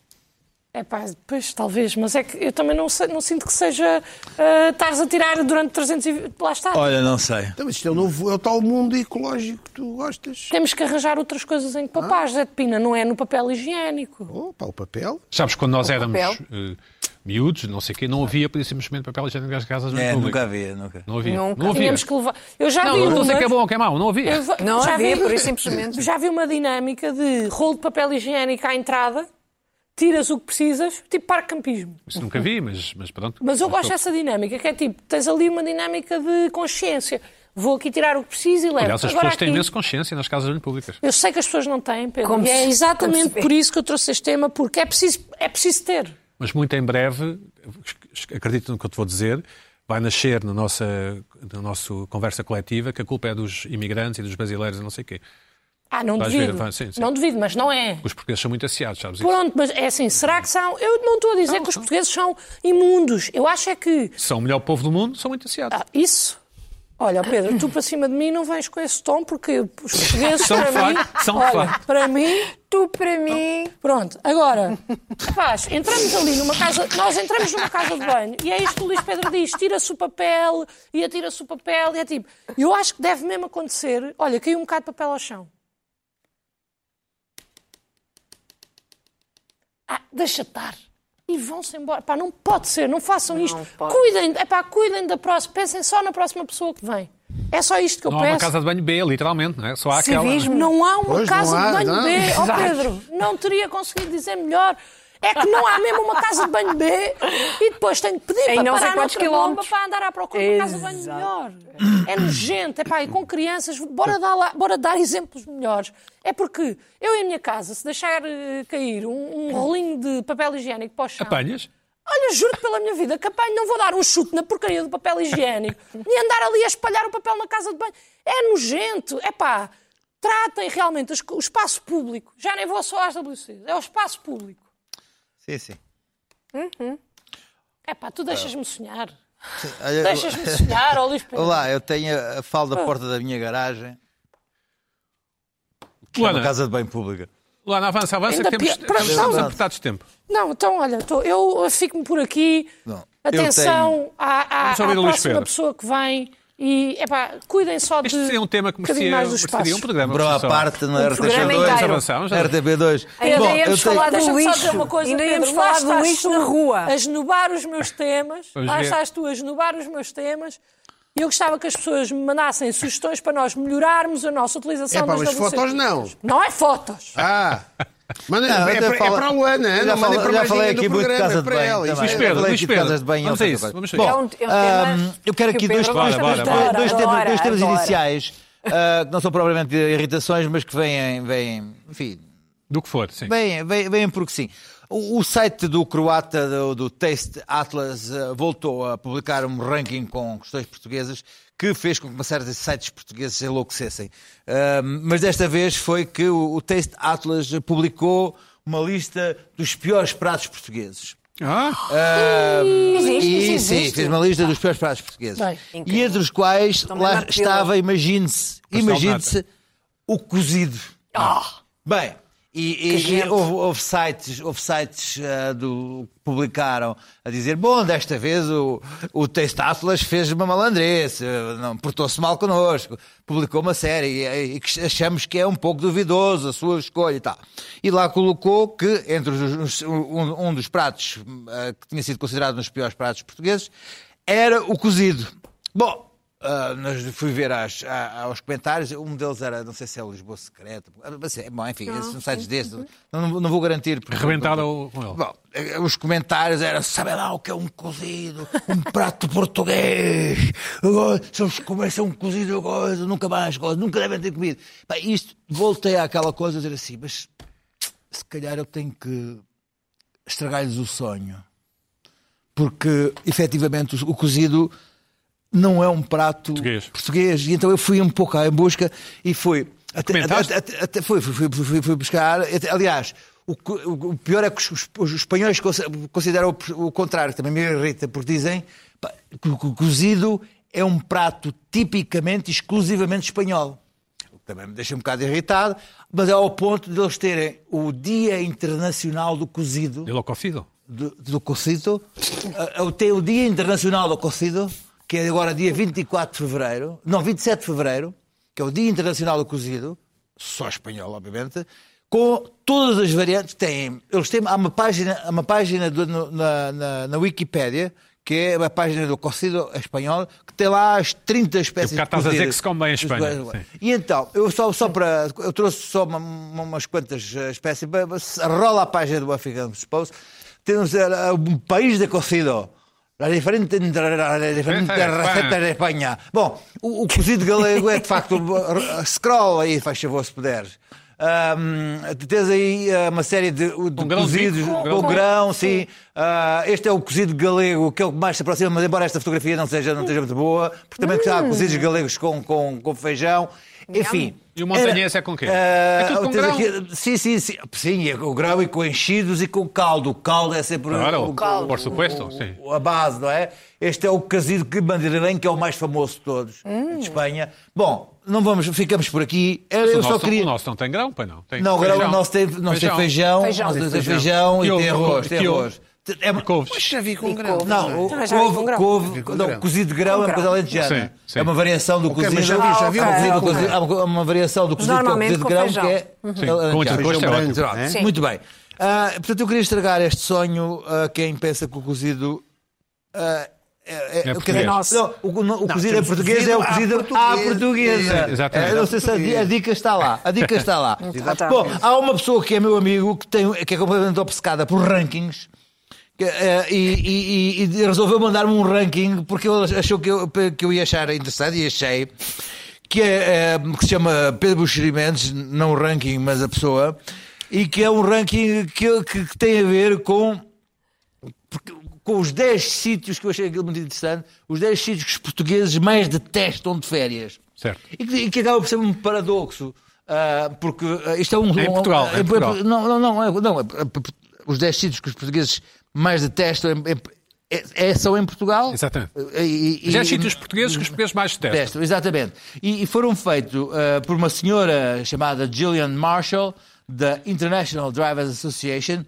[SPEAKER 5] É pá, pois talvez, mas é que eu também não, sei- não sinto que seja ah, estares a tirar durante 300 e... Lá está.
[SPEAKER 4] Olha, não sei.
[SPEAKER 2] Então, mas isto é o, novo, é o tal mundo ecológico que tu gostas.
[SPEAKER 5] Temos que arranjar outras coisas em que papar, José de Pina, não é no papel higiênico.
[SPEAKER 2] Opa, o papel.
[SPEAKER 1] Sabes, quando nós éramos
[SPEAKER 3] papel.
[SPEAKER 1] eh, miúdos, não sei o quê, não havia por isso, simplesmente papel higiênico nas casas
[SPEAKER 4] É,
[SPEAKER 1] públicas.
[SPEAKER 4] nunca havia, nunca.
[SPEAKER 1] Não havia.
[SPEAKER 3] Nunca.
[SPEAKER 1] Não havia.
[SPEAKER 5] Tínhamos que levar. Eu já vi
[SPEAKER 1] Não, não sei
[SPEAKER 5] umas-
[SPEAKER 1] que é bom ou que é mau, não havia.
[SPEAKER 5] eu va-
[SPEAKER 3] Não
[SPEAKER 5] já
[SPEAKER 3] havia,
[SPEAKER 5] vi-
[SPEAKER 3] por isso é simplesmente.
[SPEAKER 5] Já vi uma dinâmica de rolo de papel higiênico à entrada, tiras o que precisas, tipo parque campismo.
[SPEAKER 1] Isso nunca vi, mas, mas pronto.
[SPEAKER 5] Mas eu gosto dessa dinâmica, que é tipo, tens ali uma dinâmica de consciência. Vou aqui tirar o que preciso e levo.
[SPEAKER 1] Aliás, as
[SPEAKER 5] Agora
[SPEAKER 1] pessoas têm
[SPEAKER 5] aqui-
[SPEAKER 1] imensa consciência nas casas públicas.
[SPEAKER 5] Eu sei que as pessoas não têm, Pedro.
[SPEAKER 3] Como
[SPEAKER 5] e é
[SPEAKER 3] se- como
[SPEAKER 5] exatamente
[SPEAKER 3] se vê.
[SPEAKER 5] por isso que eu trouxe este tema, porque é preciso, é preciso ter.
[SPEAKER 1] mas muito em breve, acredito no que eu te vou dizer, vai nascer na nossa, na nossa conversa coletiva que a culpa é dos imigrantes e dos brasileiros e não sei o quê.
[SPEAKER 5] Ah, não
[SPEAKER 1] Vais
[SPEAKER 5] duvido.
[SPEAKER 1] ver, vai, sim, sim.
[SPEAKER 5] Não duvido, mas não é.
[SPEAKER 1] Os portugueses são muito aciados, sabes? isso?
[SPEAKER 5] Pronto, mas é assim, será que são? Eu não estou a dizer que os portugueses são imundos. Eu acho é que
[SPEAKER 1] São o melhor povo do mundo, são muito aciados.
[SPEAKER 5] Ah, isso. Olha, Pedro, tu para cima de mim não vens com esse tom, porque os portugueses
[SPEAKER 1] São
[SPEAKER 5] para
[SPEAKER 1] de
[SPEAKER 5] mim...
[SPEAKER 1] facto, são de
[SPEAKER 5] olha,
[SPEAKER 1] facto.
[SPEAKER 5] para mim...
[SPEAKER 3] Tu para mim.
[SPEAKER 5] Pronto, agora, rapaz, entramos ali numa casa, nós entramos numa casa de banho e é isto que o Luís Pedro diz: tira-se o papel e atira-se o papel e é tipo. Eu acho que deve mesmo acontecer. Olha, caiu um bocado de papel ao chão. Ah, deixa estar. E vão-se embora. Pá, não pode ser, não façam isto.
[SPEAKER 3] pode.
[SPEAKER 5] Cuidem, epá, cuidem da próxima, pensem só na próxima pessoa que vem. É só isto que eu
[SPEAKER 1] Não há
[SPEAKER 5] peço.
[SPEAKER 1] uma casa de banho B, literalmente, não é? Só há aquela. não é?
[SPEAKER 3] Civismo.
[SPEAKER 5] Não há uma
[SPEAKER 2] Pois,
[SPEAKER 5] casa
[SPEAKER 2] não há,
[SPEAKER 5] de banho
[SPEAKER 2] não.
[SPEAKER 5] B. Ó
[SPEAKER 3] Exato.
[SPEAKER 5] Pedro, não teria conseguido dizer melhor. É que não há mesmo uma casa de banho B e depois tenho que pedir
[SPEAKER 3] Em
[SPEAKER 5] para
[SPEAKER 3] não sei
[SPEAKER 5] parar
[SPEAKER 3] quantos
[SPEAKER 5] noutra bomba
[SPEAKER 3] quilómetros.
[SPEAKER 5] para andar à procura de uma casa de banho melhor. É nojento, é pá, e com crianças, bora dar, lá- bora dar exemplos melhores. É porque eu em minha casa, se deixar eh, cair um, um rolinho de papel higiênico para o chão,
[SPEAKER 1] Apanhas?
[SPEAKER 5] Olha, juro pela minha vida, que apanho, não vou dar um chute na porcaria do papel higiênico, nem andar ali a espalhar o papel na casa de banho. É nojento, é pá. Tratem realmente as co- o espaço público. Já nem vou só às WCs, é o espaço público.
[SPEAKER 4] Sim, sim.
[SPEAKER 5] É pá, tu deixas-me sonhar.
[SPEAKER 4] Olha,
[SPEAKER 5] Deixas-me sonhar, ó Luís Pedro.
[SPEAKER 4] É. Olá, eu tenho a- a falda
[SPEAKER 3] Ah.
[SPEAKER 4] da porta da minha garagem, que é uma
[SPEAKER 1] Luana,
[SPEAKER 4] casa de bem pública.
[SPEAKER 1] Luana, avança, avança, que
[SPEAKER 5] Ainda
[SPEAKER 1] temos,
[SPEAKER 5] pior- Pronto,
[SPEAKER 1] estamos- estamos
[SPEAKER 4] não.
[SPEAKER 1] apertados de
[SPEAKER 4] Um
[SPEAKER 1] tempo.
[SPEAKER 5] Não, então olha, tô- eu fico-me por aqui.
[SPEAKER 4] Não,
[SPEAKER 5] Atenção
[SPEAKER 4] eu tenho-
[SPEAKER 5] à, à, à
[SPEAKER 1] Vamos ouvir o Luís
[SPEAKER 5] próxima
[SPEAKER 1] Pedro.
[SPEAKER 5] pessoa que vem. E, é pá, cuidem só de.
[SPEAKER 1] Este é um tema que
[SPEAKER 5] um bocadinho
[SPEAKER 1] merecia,
[SPEAKER 5] mais dos
[SPEAKER 1] mereceria um
[SPEAKER 5] espaços.
[SPEAKER 1] programa.
[SPEAKER 4] Bro,
[SPEAKER 1] por
[SPEAKER 4] à
[SPEAKER 1] si só.
[SPEAKER 4] parte na
[SPEAKER 3] Um programa
[SPEAKER 1] Vamos
[SPEAKER 3] inteiro.
[SPEAKER 1] avançar,
[SPEAKER 4] RTP2.
[SPEAKER 1] vamos avançar.
[SPEAKER 4] RTP2.
[SPEAKER 5] É
[SPEAKER 3] Ainda íamos falar
[SPEAKER 5] Deixa-me
[SPEAKER 3] do
[SPEAKER 5] só dizer
[SPEAKER 3] um lixo.
[SPEAKER 5] uma coisa,
[SPEAKER 3] Ainda íamos
[SPEAKER 5] Pedro. Lá
[SPEAKER 3] falar do
[SPEAKER 5] estás
[SPEAKER 3] lixo
[SPEAKER 5] tu
[SPEAKER 3] na rua.
[SPEAKER 5] A esnobar os meus temas.
[SPEAKER 1] Vamos
[SPEAKER 5] Lá
[SPEAKER 1] ver.
[SPEAKER 5] estás tu a esnobar os meus temas. E eu gostava que as pessoas me mandassem sugestões para nós melhorarmos a nossa utilização
[SPEAKER 2] É pá,
[SPEAKER 5] das
[SPEAKER 2] mas
[SPEAKER 5] WC.
[SPEAKER 2] fotos não.
[SPEAKER 5] não é fotos.
[SPEAKER 2] Ah! Manda,
[SPEAKER 4] Não,
[SPEAKER 2] é,
[SPEAKER 4] até
[SPEAKER 2] para, é
[SPEAKER 4] fala-
[SPEAKER 2] para a Luana,
[SPEAKER 4] Eu
[SPEAKER 2] não mandem
[SPEAKER 4] falo-
[SPEAKER 2] para
[SPEAKER 4] já
[SPEAKER 2] mais
[SPEAKER 4] falei
[SPEAKER 2] ninguém
[SPEAKER 4] aqui
[SPEAKER 2] do
[SPEAKER 4] muito de
[SPEAKER 2] programa,
[SPEAKER 4] casa
[SPEAKER 2] é
[SPEAKER 4] de
[SPEAKER 2] para
[SPEAKER 4] banho.
[SPEAKER 3] tá
[SPEAKER 2] ela.
[SPEAKER 4] também.
[SPEAKER 2] Isto é-
[SPEAKER 1] Luís Pedro,
[SPEAKER 4] Falei
[SPEAKER 1] Luís
[SPEAKER 4] aqui de
[SPEAKER 1] Pedro.
[SPEAKER 4] casas de banho,
[SPEAKER 1] Vamos a
[SPEAKER 4] outra
[SPEAKER 1] isso,
[SPEAKER 4] coisa.
[SPEAKER 1] vamos a isso.
[SPEAKER 4] Bom,
[SPEAKER 3] É um- é um tema
[SPEAKER 4] ahm, eu quero
[SPEAKER 3] que
[SPEAKER 4] aqui
[SPEAKER 3] o
[SPEAKER 4] dois,
[SPEAKER 3] Pedro
[SPEAKER 4] dois,
[SPEAKER 1] adora,
[SPEAKER 4] dois,
[SPEAKER 1] adora,
[SPEAKER 4] dois temas,
[SPEAKER 3] adora.
[SPEAKER 4] dois temas iniciais, ah, que não são propriamente irritações, mas que vêm, vêm enfim,
[SPEAKER 1] Do que for, sim.
[SPEAKER 4] Bem, bem, bem porque sim. O, o site do croata, do, do Taste Atlas, eh, voltou a publicar um ranking com questões portuguesas que fez com que uma série de sites portugueses se enlouquecessem. Ah, mas desta vez foi que o, o Taste Atlas publicou uma lista dos piores pratos portugueses.
[SPEAKER 1] Ah,
[SPEAKER 4] é
[SPEAKER 3] Existe,
[SPEAKER 4] e
[SPEAKER 3] isso
[SPEAKER 4] sim,
[SPEAKER 3] existe.
[SPEAKER 4] fez uma lista dos piores pratos portugueses.
[SPEAKER 5] Bem,
[SPEAKER 4] e entre os quais
[SPEAKER 3] Também
[SPEAKER 4] lá
[SPEAKER 3] na pila.
[SPEAKER 4] estava, imagine-se,
[SPEAKER 1] Pastel de
[SPEAKER 4] imagine-se o cozido. Bem, e, e- e houve, houve sites, houve sites ah, do, que publicaram a dizer: bom, desta vez o, o Taste Atlas fez uma malandrice, ah, não portou-se mal connosco, publicou uma série e, e que achamos que é um pouco duvidoso a sua escolha e tal. E lá colocou que, entre os- os- um, um dos pratos ah, que tinha sido considerado um dos piores pratos portugueses, era o cozido. Bom, ah, nós fui ver às- a- aos comentários, um deles era, não sei se é o Lisboa Secreto, ah, mas é- bom, enfim, esses são sites destes, não, não vou garantir. porque-
[SPEAKER 1] arrebentaram com ele.
[SPEAKER 4] Bom, eh, os comentários eram, sabe lá o que é um cozido, um prato português, agora, se eles comessem um cozido, eu gosto, nunca mais gosto, nunca devem ter comido. Pá, isto, voltei àquela coisa, a dizer assim, mas se calhar eu tenho que estragar-lhes o sonho. Porque, efetivamente, o- o cozido não é um prato
[SPEAKER 1] Português.
[SPEAKER 4] E então eu fui um pouco à busca e fui. Até,
[SPEAKER 1] Comentaste?
[SPEAKER 4] até- até- fui, fui, fui, fui- fui buscar. até- aliás, o, co- o- o pior é que os, os- os espanhóis conse- consideram o, o contrário, que também me irrita, porque dizem pá, que o co- cozido é um prato tipicamente, exclusivamente espanhol. O que Também me deixa um bocado irritado, mas é ao ponto de eles terem o Dia Internacional do Cozido
[SPEAKER 1] Ele é o cofido.
[SPEAKER 4] do, do cocido. Ah, Eu tenho o Dia Internacional do Cocido, que é agora dia 24 de fevereiro, não, 27 de fevereiro, que é o Dia Internacional do Cozido, só espanhol, obviamente, com todas as variantes. Tem, eles têm, há uma página, há uma página do- no- na, na, na Wikipédia, que é a página do cocido espanhol, que tem lá as 30 espécies
[SPEAKER 1] E por
[SPEAKER 4] de
[SPEAKER 1] acaso estás a dizer
[SPEAKER 4] cozido.
[SPEAKER 1] que se come bem em Espanha, sim.
[SPEAKER 4] E então, eu só, só para. Eu trouxe só uma- uma- umas quantas eh, espécies. Ba- ba- se- Rola a página do African Post. Temos eh, um país de cocido. é As diferentes, as diferentes
[SPEAKER 1] Essa é a Espanha.
[SPEAKER 4] receitas de Espanha. Bom, o, o cozido galego é de facto. eh, Scroll aí, faz favor, se puderes. Ahm, tens aí eh, uma série de, de
[SPEAKER 1] grãozinho,
[SPEAKER 4] cozidos
[SPEAKER 1] um
[SPEAKER 4] com
[SPEAKER 1] grãozinho.
[SPEAKER 4] grão, Então, sim. Ah, este é o cozido galego, que é o que mais se aproxima, mas embora esta fotografia não seja, não esteja muito boa, porque também há cozidos galegos com, com, com feijão. Enfim.
[SPEAKER 1] E o montanhês é com quê?
[SPEAKER 4] Ah,
[SPEAKER 1] é tudo com
[SPEAKER 4] tens
[SPEAKER 1] grão.
[SPEAKER 4] aqui- sim, sim, sim. Sim, é com grão e com enchidos e com caldo. O caldo é sempre
[SPEAKER 1] Claro,
[SPEAKER 4] o,
[SPEAKER 1] caldo. por supuesto, sim.
[SPEAKER 4] a base, não é? Este é o casido que mandirilenho, que é o mais famoso de todos, de Espanha. Bom, não vamos, ficamos por aqui. Eu,
[SPEAKER 1] é O
[SPEAKER 4] eu só
[SPEAKER 1] nosso,
[SPEAKER 4] queria...
[SPEAKER 1] o nosso não tem grão, pois não. Tem
[SPEAKER 4] Não, agora o
[SPEAKER 1] feijão.
[SPEAKER 4] nosso tem nós tem feijão, nós
[SPEAKER 3] Feijão.
[SPEAKER 4] temos
[SPEAKER 1] Tem
[SPEAKER 4] feijão e
[SPEAKER 1] feijão.
[SPEAKER 4] tem
[SPEAKER 1] E couve,
[SPEAKER 4] arroz. Tem
[SPEAKER 1] e couve.
[SPEAKER 4] arroz. É-
[SPEAKER 1] E couves.
[SPEAKER 2] Mas já vi com grão.
[SPEAKER 4] Não, o
[SPEAKER 5] Também já vi com
[SPEAKER 4] couve,
[SPEAKER 5] grão.
[SPEAKER 4] couve,
[SPEAKER 2] com
[SPEAKER 4] não,
[SPEAKER 2] grão.
[SPEAKER 4] cozido de grão é uma coisa
[SPEAKER 1] Sim,
[SPEAKER 4] alentejana.
[SPEAKER 1] sim.
[SPEAKER 4] É uma variação do
[SPEAKER 2] Ok,
[SPEAKER 4] cozido.
[SPEAKER 2] mas já vi- já vi
[SPEAKER 4] Ah,
[SPEAKER 3] uma
[SPEAKER 4] ok.
[SPEAKER 3] cozido
[SPEAKER 4] Há
[SPEAKER 3] com
[SPEAKER 4] uma coisa-
[SPEAKER 2] grão.
[SPEAKER 4] há uma, uma variação do cozido que é o cozido
[SPEAKER 3] normalmente
[SPEAKER 4] de
[SPEAKER 3] com
[SPEAKER 4] grão,
[SPEAKER 3] feijão.
[SPEAKER 4] que é
[SPEAKER 1] Sim,
[SPEAKER 4] alentejano.
[SPEAKER 1] com muita costa é
[SPEAKER 2] Feijão
[SPEAKER 1] ótimo.
[SPEAKER 2] branco,
[SPEAKER 4] Pronto,
[SPEAKER 3] Sim.
[SPEAKER 4] Muito bem. Ah, portanto, eu queria estragar este sonho a quem pensa que o cozido. ah, é,
[SPEAKER 1] É
[SPEAKER 4] o que-
[SPEAKER 1] português.
[SPEAKER 3] Nosso.
[SPEAKER 4] Não, o, o- o cozido é
[SPEAKER 2] temos
[SPEAKER 4] português,
[SPEAKER 2] cozido
[SPEAKER 4] é o
[SPEAKER 2] à
[SPEAKER 4] cozido à
[SPEAKER 2] portuguesa.
[SPEAKER 4] portuguesa.
[SPEAKER 1] Sim, exatamente.
[SPEAKER 4] É, não sei se a, di- a dica está lá. A dica está lá.
[SPEAKER 3] Ah, tá.
[SPEAKER 4] Bom, há uma pessoa que é meu amigo que, tem, que é completamente obcecada por rankings. que, eh, e, e- e- e resolveu mandar-me um ranking porque ele achou que eu, que eu ia achar interessante e achei que, é, eh, que se chama Pedro Buxeri Mendes, não o ranking, mas a pessoa, e que é um ranking que, que- que tem a ver com, porque- com os 10 sítios que eu achei aquilo muito interessante, os 10 sítios que os portugueses mais detestam de férias.
[SPEAKER 1] Certo.
[SPEAKER 4] E que, e que acaba por ser um paradoxo, ah, porque ah, isto é um.
[SPEAKER 1] Em
[SPEAKER 4] um-
[SPEAKER 1] Portugal,
[SPEAKER 4] ah,
[SPEAKER 1] em Portugal.
[SPEAKER 4] Não, não, não, é- não, é- é- os 10 sítios que os portugueses mais detestam em- em- é, é- são em Portugal. Ah,
[SPEAKER 1] Exatamente.
[SPEAKER 4] E, e-
[SPEAKER 1] Já
[SPEAKER 4] e-
[SPEAKER 1] cito os portugueses que os portugueses mais detestam.
[SPEAKER 4] Testam, exatamente. E, e foram feitos ah, por uma senhora chamada Gillian Marshall, da International Drivers Association.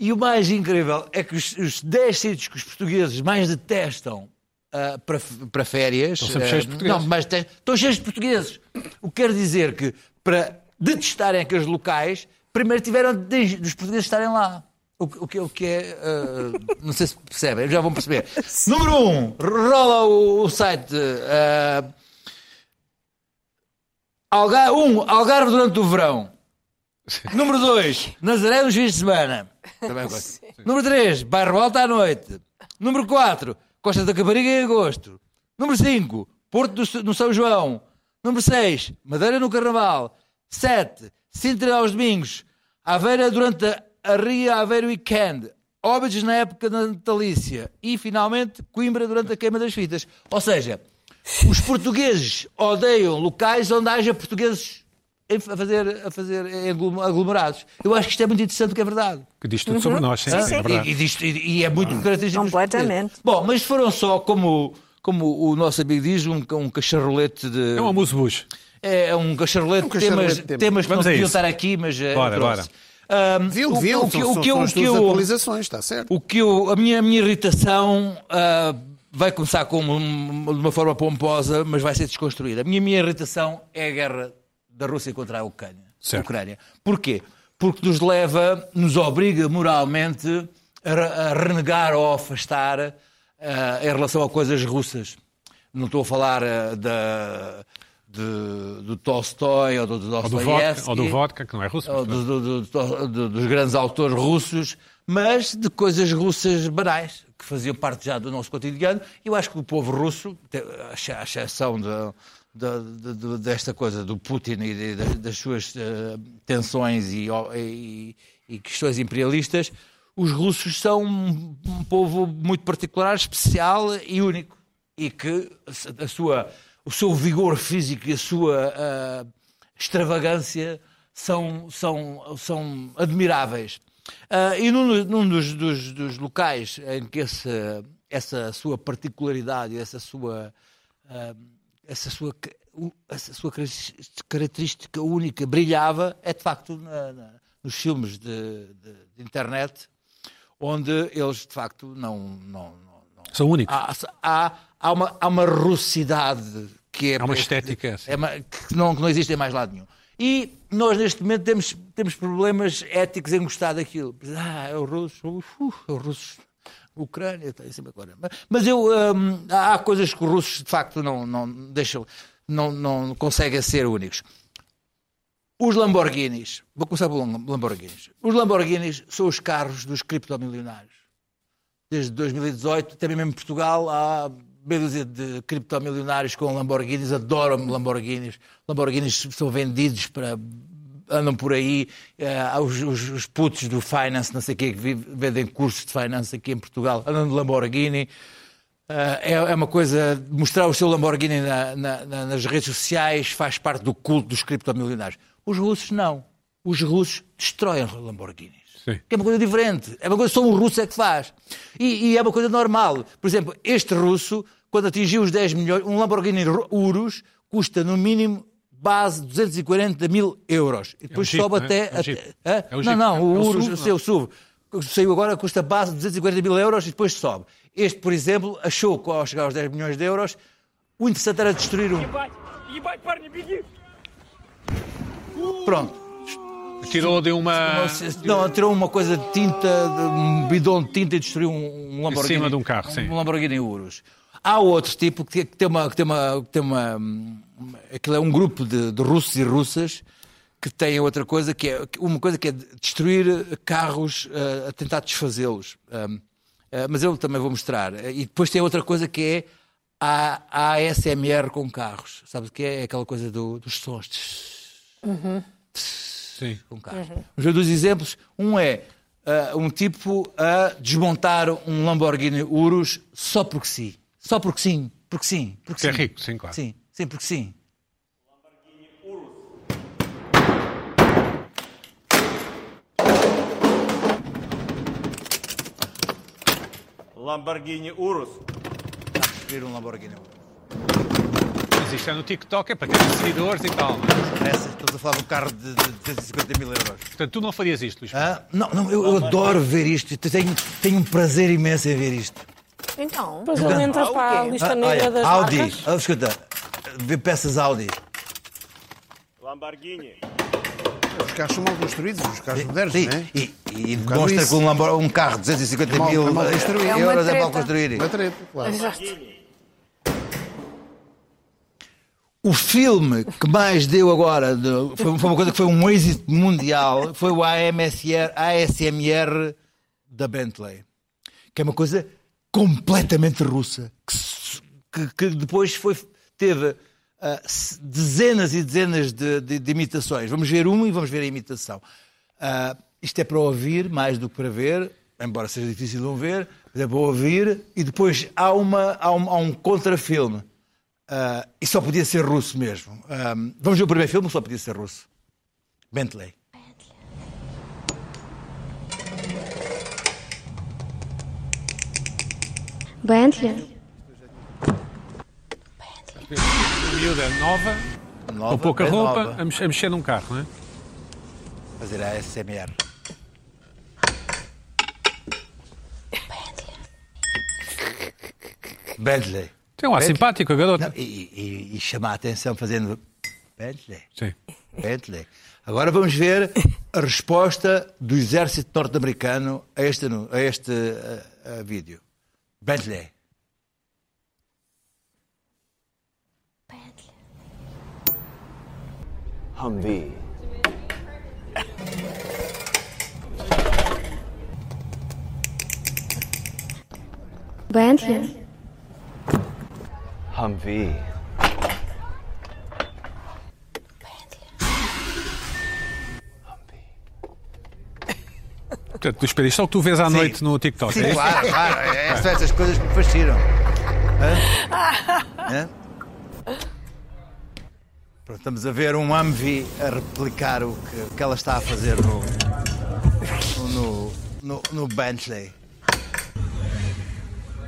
[SPEAKER 4] E o mais incrível é que os, os 10 sítios que os portugueses mais detestam ah, para, f- para férias.
[SPEAKER 1] Estão sempre
[SPEAKER 4] ah,
[SPEAKER 1] cheios de portugueses.
[SPEAKER 4] Não, mas te- estão cheios de portugueses. O que quer dizer que para detestarem aqueles locais, primeiro tiveram de, dos portugueses estarem lá. O, que- o que, o que é. ah, não sei se percebem, já vão perceber. Número 1, um, rola o, o site. ah, Algar, um, Algarve durante o verão. Número 2, Nazaré nos fins de semana. Também gosto. Número 3, Bairro Alto à noite. Número 4, Costa da Capariga em agosto. Número 5, Porto do, S- no São João. Número 6, Madeira no Carnaval. 7, Sintra aos domingos. Aveira durante a, a Ria Aveiro Weekend. Óbidos na época da natalícia. E, finalmente, Coimbra durante a queima das fitas. Ou seja, os portugueses odeiam locais onde haja portugueses em fa- a fazer, a fazer em aglom- aglomerados. Eu acho que isto é muito interessante, que é verdade.
[SPEAKER 1] Que diz tudo sobre nós, sim, sim, é
[SPEAKER 4] E,
[SPEAKER 1] verdade.
[SPEAKER 4] e disto- e- e é
[SPEAKER 2] Ah.
[SPEAKER 4] muito característico. dos
[SPEAKER 3] Completamente.
[SPEAKER 4] portugueses. Bom, mas foram só, como, como o nosso amigo diz, um, ca- um cacharrolete de.
[SPEAKER 1] É um amuse-bus.
[SPEAKER 4] É um cacharolete
[SPEAKER 2] Um
[SPEAKER 4] de
[SPEAKER 2] cacharrolete
[SPEAKER 4] temas,
[SPEAKER 2] de temas.
[SPEAKER 4] temas que não
[SPEAKER 1] Vamos a
[SPEAKER 4] deviam
[SPEAKER 1] isso.
[SPEAKER 4] estar aqui, mas. eh,
[SPEAKER 1] Bora,
[SPEAKER 4] eu trouxe.
[SPEAKER 1] bora.
[SPEAKER 4] Ahm,
[SPEAKER 2] Viu,
[SPEAKER 4] o-
[SPEAKER 2] viu,
[SPEAKER 4] o que-
[SPEAKER 2] são,
[SPEAKER 4] o que eu-
[SPEAKER 2] são
[SPEAKER 4] o
[SPEAKER 2] as
[SPEAKER 4] que
[SPEAKER 2] tuas
[SPEAKER 4] eu
[SPEAKER 2] atualizações, está certo.
[SPEAKER 4] o que eu, a, minha, a minha irritação ah, vai começar com um- de uma forma pomposa, mas vai ser desconstruída. A minha, minha irritação é a guerra da Rússia contra a Ucrânia.
[SPEAKER 1] Certo.
[SPEAKER 4] Ucrânia. Porquê? Porque nos leva, nos obriga moralmente a, re- a renegar ou a afastar ah, em relação a coisas russas. Não estou a falar ah, da, de- do Tolstói ou do, do
[SPEAKER 1] Ou do, vodka,
[SPEAKER 4] Dostoiévski
[SPEAKER 1] ou do vodka, que não é russo.
[SPEAKER 4] ou
[SPEAKER 1] mas
[SPEAKER 4] do- do- do- do- dos grandes autores russos, mas de coisas russas banais, que faziam parte já do nosso cotidiano. Eu acho que o povo russo, te- à ex- à exceção da- da- da- da- desta coisa do Putin e de- da- das suas eh, tensões e, ó- e- e questões imperialistas, os russos são um, um povo muito particular, especial e único. E que a sua, o seu vigor físico e a sua. ah, extravagância são, são, são admiráveis. Ah, e num, num dos, dos- dos locais em que esse- essa sua particularidade, essa sua, ah, essa sua, ca- u- essa sua caras- característica única brilhava, é de facto na- na- nos filmes de, de- de internet, onde eles de facto não- não- não, não
[SPEAKER 1] pronto. São únicos.
[SPEAKER 4] Há, há, há, uma, há uma russidade que é.
[SPEAKER 1] Há uma estética, sim.
[SPEAKER 4] é uma- que, não, que não existe em mais lado nenhum. E nós, neste momento, temos, temos problemas éticos em gostar daquilo. Ah, é o russo, uf, uf, é o russo. Ucrânia está em cima agora. Mas- Mas eu, hum, há há coisas que os russos, de facto, não, não deixam, não, não conseguem ser únicos. Os Lamborghinis, vou começar pelo Lam- Lamborghinis. Os Lamborghinis são os carros dos criptomilionários desde 2018, também mesmo em Portugal, há meia dúzia de criptomilionários com Lamborghinis, adoram Lamborghinis. Lamborghinis são vendidos para. Andam por aí, eh, há os, os- os putos do finance, não sei o quê, que vive- vendem cursos de finance aqui em Portugal, andam de Lamborghini. Ah, é, é uma coisa. Mostrar o seu Lamborghini na- na- na- nas redes sociais faz parte do culto dos criptomilionários. Os russos não. Os russos destroem Lamborghinis.
[SPEAKER 1] Sim.
[SPEAKER 4] Que é uma coisa diferente. É uma coisa que só um russo é que faz. E, e é uma coisa normal. Por exemplo, este russo, quando atingiu os 10 milhões, um Lamborghini Ru- Urus custa no mínimo base 240 mil euros. E depois
[SPEAKER 1] Jeep,
[SPEAKER 4] sobe
[SPEAKER 1] não é?
[SPEAKER 4] até.
[SPEAKER 1] É um Jeep.
[SPEAKER 4] até- Hã?
[SPEAKER 1] É o
[SPEAKER 4] não,
[SPEAKER 1] Jeep.
[SPEAKER 4] não, o
[SPEAKER 1] É o
[SPEAKER 4] Urus,
[SPEAKER 1] SUV,
[SPEAKER 4] o seu SUV, que saiu agora, custa base de 240 mil euros e depois sobe. Este, por exemplo, achou que ao chegar aos 10 milhões de euros, o interessante era destruir um.
[SPEAKER 7] Ебать! Ебать, парни, беги!
[SPEAKER 4] Pronto. É,
[SPEAKER 1] Tirou de uma.
[SPEAKER 4] Não, tirou uma coisa de tinta, de um bidão de tinta e destruiu um um Lamborghini.
[SPEAKER 1] cima de um carro, sim.
[SPEAKER 4] Um Lamborghini Urus. Há outro tipo que que tem uma. Que tem uma, que tem uma hum, aquilo é um grupo de, de russos e russas que têm outra coisa que é uma coisa que é destruir carros eh, a tentar desfazê-los. Hum, eh, mas eu também vou mostrar. E depois tem outra coisa que é a ASMR com carros. Sabes o que é? É aquela coisa do- dos sons.
[SPEAKER 1] Sim.
[SPEAKER 4] com
[SPEAKER 3] Uhum.
[SPEAKER 4] carros. Os dois exemplos, um é ah, um tipo a desmontar um Lamborghini Urus só porque sim. Só porque sim, porque sim, porque
[SPEAKER 1] Que
[SPEAKER 4] sim.
[SPEAKER 1] é rico, sim, claro.
[SPEAKER 4] Sim, sim, porque sim.
[SPEAKER 8] Lamborghini Urus.
[SPEAKER 4] Destruir um Lamborghini Urus.
[SPEAKER 1] Mas isto é no TikTok, é para ter seguidores e tal. não é?
[SPEAKER 4] Parece, estamos a falar de um carro de, de 250 mil euros.
[SPEAKER 1] Portanto, tu não farias isto, Luís.
[SPEAKER 4] Ah, não, não, eu, eu adoro ver isto. Eu Tenho, tenho um prazer imenso em ver isto.
[SPEAKER 3] Então,
[SPEAKER 5] Depois ele entra
[SPEAKER 3] Ah,
[SPEAKER 5] para
[SPEAKER 3] o
[SPEAKER 5] a
[SPEAKER 3] quê?
[SPEAKER 5] lista
[SPEAKER 4] Ah,
[SPEAKER 5] negra das
[SPEAKER 4] Audi,
[SPEAKER 5] marcas.
[SPEAKER 4] Ah, escuta, ver peças Audi.
[SPEAKER 8] Lamborghini.
[SPEAKER 2] Os carros são mal construídos, os carros modernos,
[SPEAKER 4] Sim,
[SPEAKER 2] não é?
[SPEAKER 4] e, e demonstra
[SPEAKER 2] isso.
[SPEAKER 4] que um, Lambor- um carro de 250
[SPEAKER 2] É mal-
[SPEAKER 4] mil
[SPEAKER 2] é mal construído.
[SPEAKER 4] euros
[SPEAKER 3] É uma
[SPEAKER 4] é
[SPEAKER 3] treta.
[SPEAKER 4] mal construído.
[SPEAKER 2] Uma treta, claro.
[SPEAKER 3] exato.
[SPEAKER 4] O filme que mais deu agora de- foi, foi uma coisa que foi um êxito mundial, foi o AMSR, ASMR da Bentley, que é uma coisa completamente russa, que, se- que- que depois foi, teve ah, se- dezenas e dezenas de, de- de imitações. Vamos ver uma e vamos ver a imitação. Ah, isto é para ouvir mais do que para ver, embora seja difícil de não ver, mas é para ouvir e depois há, uma, há um, há um contrafilme. Ah, e só podia ser russo mesmo. Ah, vamos ver o primeiro filme, só podia ser russo. Bentley.
[SPEAKER 9] Бентли?
[SPEAKER 1] Uma miúda nova,
[SPEAKER 4] Nova,
[SPEAKER 1] com pouca
[SPEAKER 4] bem
[SPEAKER 1] roupa,
[SPEAKER 4] nova.
[SPEAKER 1] a mex- a mexer num carro, não é?
[SPEAKER 4] Fazer a SMR. Bentley.
[SPEAKER 1] Tem um ar
[SPEAKER 4] Bem-
[SPEAKER 1] simpático, a garota.
[SPEAKER 4] Não, e, e- e chamar a atenção fazendo Bentley.
[SPEAKER 1] Sim.
[SPEAKER 4] Bentley. Agora vamos ver a resposta do exército norte-americano a este, anu- a este a- a vídeo. Bentley.
[SPEAKER 10] Humvee.
[SPEAKER 9] Бентли?
[SPEAKER 10] Humvee.
[SPEAKER 1] Portanto, Luís Pedro, isto é o que tu vês à noite no TikTok. é
[SPEAKER 4] Sim,
[SPEAKER 1] isso?
[SPEAKER 4] claro, claro. É, são essas coisas que me fascinam. Hã? Hã? Pronto, estamos a ver um Amvi a replicar o que, o que ela está a fazer no, no, no, no Bentley.